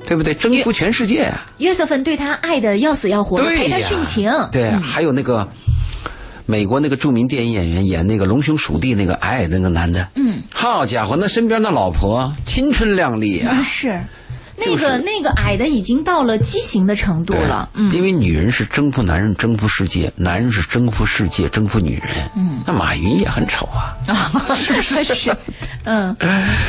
对不对？征服全世界啊，约瑟芬对他爱的要死要活的，对陪呀他殉情。嗯对啊，还有那个美国那个著名电影演员演那个《龙兄鼠弟》那个矮矮的那个男的，嗯，好家伙，那身边那老婆青春靓丽啊，啊，是，那个、就是那个矮的已经到了畸形的程度对了。嗯，因为女人是征服男人、征服世界，男人是征服世界、征服女人。嗯，那马云也很丑 啊，啊， 是不是？ 是，嗯，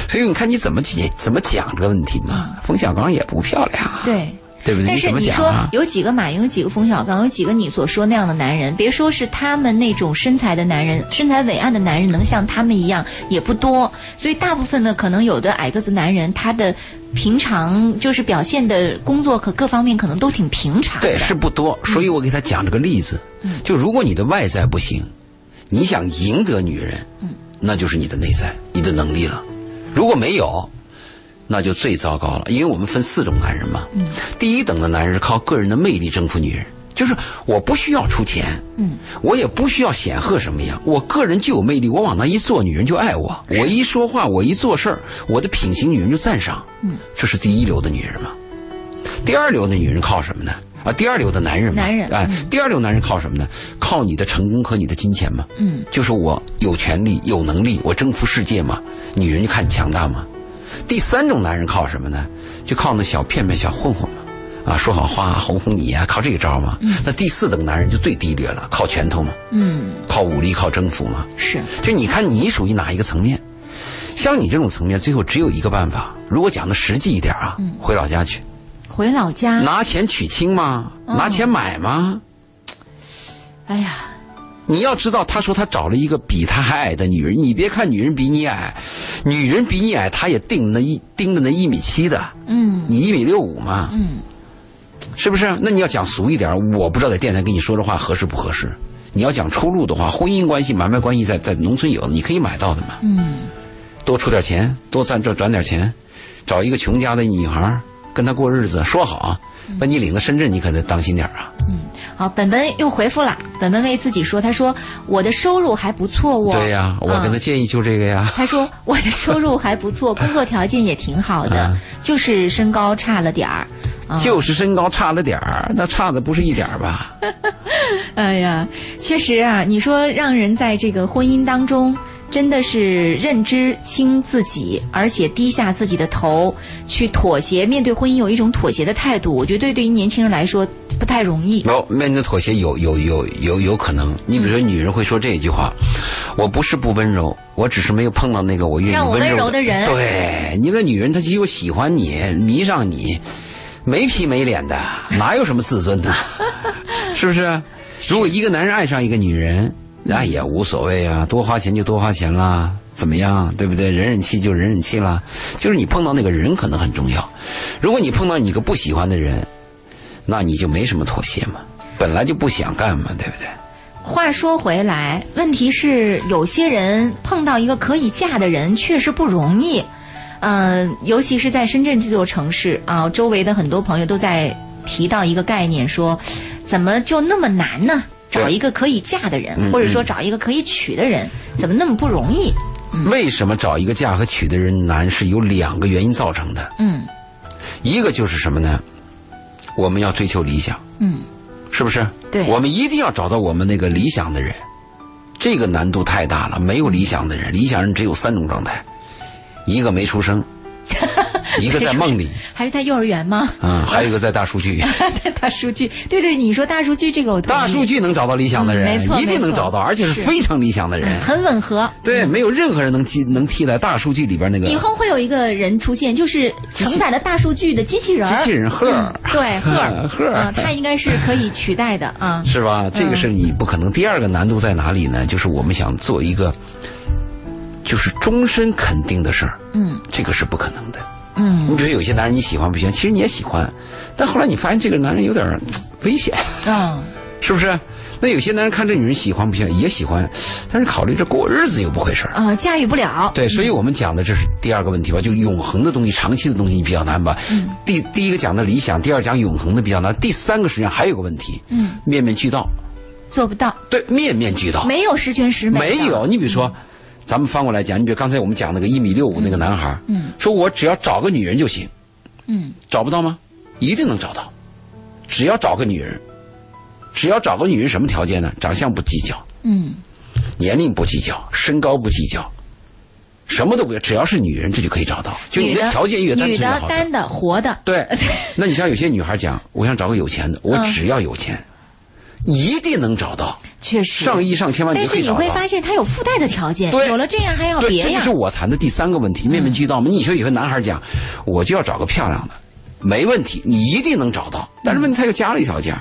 所以你看你怎么解、怎么讲这个问题嘛？冯小刚也不漂亮啊，对。对不对？嗯但你是怎么你讲说啊？有几个马云，有几个冯小刚，有几个你所说那样的男人？别说是他们那种身材的男人，身材伟岸的男人能像他们一样也不多。所以大部分呢，可能有的矮个子男人，他的平常就是表现的工作和各方面可能都挺平常的。对，是不多，所以我给他讲这个例子，就如果你的外在不行，你想赢得女人，那就是你的内在、你的能力了。如果没有，那就最糟糕了，因为我们分四种男人嘛。第一等的男人是靠个人的魅力征服女人，就是我不需要出钱，嗯，我也不需要显赫什么样，我个人就有魅力，我往那一坐，女人就爱我，我一说话，我一做事儿，我的品行，女人就赞赏，嗯，这是第一流的女人嘛。第二流的女人靠什么呢？啊，第二流的男人嘛，男人哎，第二流男人靠什么呢？靠你的成功和你的金钱嘛，嗯，就是我有权利、有能力，我征服世界嘛，女人就看你强大嘛。第三种男人靠什么呢？就靠那小骗骗、小混混嘛，啊，说好话、哄哄你啊，靠这个招嘛。那第四等男人就最低劣了，靠拳头嘛，嗯，靠武力、靠征服嘛。是，就你看你属于哪一个层面？像你这种层面，最后只有一个办法。如果讲的实际一点啊，回老家去，回老家，拿钱娶亲吗？拿钱买吗？哎呀，你要知道，他说他找了一个比他还矮的女人。你别看女人比你矮，女人比你矮，她也定那一盯着那一米七的。嗯，你一米六五嘛，嗯，是不是？那你要讲俗一点，我不知道在电台跟你说的话合适不合适。你要讲出路的话，婚姻关系、买卖关系在在农村有的，你可以买到的嘛。嗯，多出点钱，多赚赚赚点钱，找一个穷家的女孩儿跟她过日子，说好啊，把你领到深圳，你可得当心点儿啊。啊、好，本本又回复了，本本为自己说，他说我的收入还不错哦。对呀、我给他嗯建议就这个呀。他说我的收入还不 错，工作条件也挺好的，啊就是身高差了点儿。啊就是身高差了点儿，那差的不是一点儿吧？哎呀，确实啊，你说让人在这个婚姻当中，真的是认知清自己，而且低下自己的头，去妥协，面对婚姻有一种妥协的态度，我觉得对对于年轻人来说不太容易。 哦，面对妥协有有有有有可能。你比如说，女人会说这一句话：“我不是不温柔，我只是没有碰到那个我愿让意我温温柔的人对，你那女人她只有喜欢你，迷上你，没皮没脸的，哪有什么自尊呢？ 是不是？如果一个男人爱上一个女人，那也无所谓啊，多花钱就多花钱啦，怎么样？对不对？忍忍气就忍忍气啦。就是你碰到那个人可能很重要。如果你碰到你一个不喜欢的人，那你就没什么妥协嘛，本来就不想干嘛，对不对？话说回来，问题是有些人碰到一个可以嫁的人确实不容易，嗯、尤其是在深圳这座城市啊，周围的很多朋友都在提到一个概念说，怎么就那么难呢？对找一个可以嫁的人，嗯或者说找一个可以娶的人，怎么那么不容易？为什么找一个嫁和娶的人难，是有两个原因造成的。嗯一个就是什么呢？我们要追求理想，嗯，是不是？对我们一定要找到我们那个理想的人，这个难度太大了。没有理想的嗯人，理想人只有三种状态：一个没 出生，一个在梦里，还是在幼儿园吗？ 啊、还有一个在大数据。在大数据，对对，你说大数据这个我同意大数据能找到理想的嗯人，没错一定没能错找到，而且是是嗯非常理想的人。很吻合，对，没有任何人能替能替代大数据里边那个以后会有一个人出现，就是承载了大数据的机器人儿。机器人赫尔嗯， 对，赫尔，赫尔啊，他应该是可以取代的啊。是吧？这个是你不可能。第二个难度在哪里呢？就是我们想做一个，就是终身肯定的事儿，嗯这个是不可能的。嗯你比如有些男人你喜欢不喜欢？其实你也喜欢，但后来你发现这个男人有点儿嘖危险，嗯，是不是？那有些男人看这女人喜欢不喜欢也喜欢，但是考虑这过日子又不回事儿。啊，驾驭不了。对，所以我们讲的这是第二个问题吧，就永恒的东西、长期的东西比较难吧。嗯第第一个讲的理想，第二讲永恒的比较难，第三个实际上还有个问题，嗯，面面俱到，做不到，对，面面俱到，没有十全十美。没，有。你比如说，咱们翻过来讲，你比如刚才我们讲那个一米六五那个男孩，嗯，说我只要找个女人就行，嗯，找不到吗？一定能找到，只要找个女人，只要找个女人什么条件呢？长相不计较，嗯年龄不计较，身高不计较，什么都不要，只要是女人，这就可以找到。就你女的的条件越单女纯越的好找。单的活的， 对，那你像有些女孩讲，我想找个有钱的，嗯我只要有钱，一定能找到，确实。上亿上千万但你就可是以你找会到发。现它有附带的条件，对有了这样还要对，别嗯这就样是。我谈的第三个问题，面面俱到嘛。你说有些男孩讲，我就要找个漂亮的，没问题，你一定能找到。但是嗯问题他又加了一条件，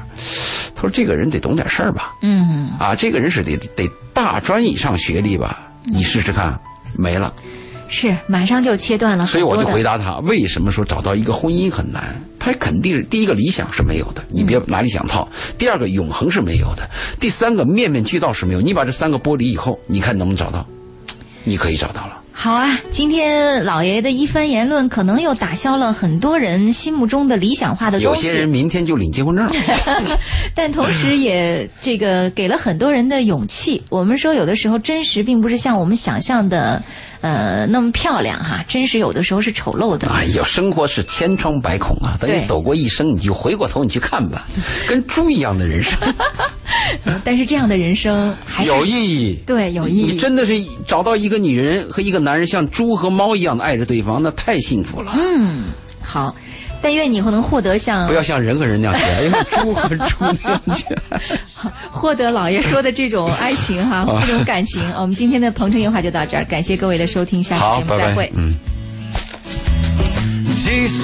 他说这个人得懂点事儿吧，嗯，啊，这个人是得得大专以上学历吧，嗯你试试看，没了。是马上就切断了所很以我多就回的。答他，为什么说找到一个婚姻很难？他肯定是第一个理想是没有的，你别嗯拿理想套；第二个永恒是没有的；第三个面面俱到是没有。你把这三个剥离以后，你看能不能找到？你可以找到了。好啊，今天老爷的一番言论，可能又打消了很多人心目中的理想化的有东西。些人明天就领结 婚证了，但同时也这个给了很多人的勇气。我们说有的时候真实并不是像我们想象的，呃，那么漂亮哈。真实有的时候是丑陋的。哎呦，生活是千疮百孔啊！等你对走过一生，你就回过头你去看吧，跟猪一样的人生但是这样的人生 还是有意义。对有意你义。真的是找到一个女人和一个男人像猪和猫一样的爱着对方，那太幸福了。嗯好，但愿你能获得像不要像人和人那样学，哎呀，猪和猪那样学。获得老爷说的这种爱情 哈，啊这种感情。哦我们今天的鹏城夜话就到这儿，感谢各位的收听，下期好，节目拜再会拜。。嗯。即使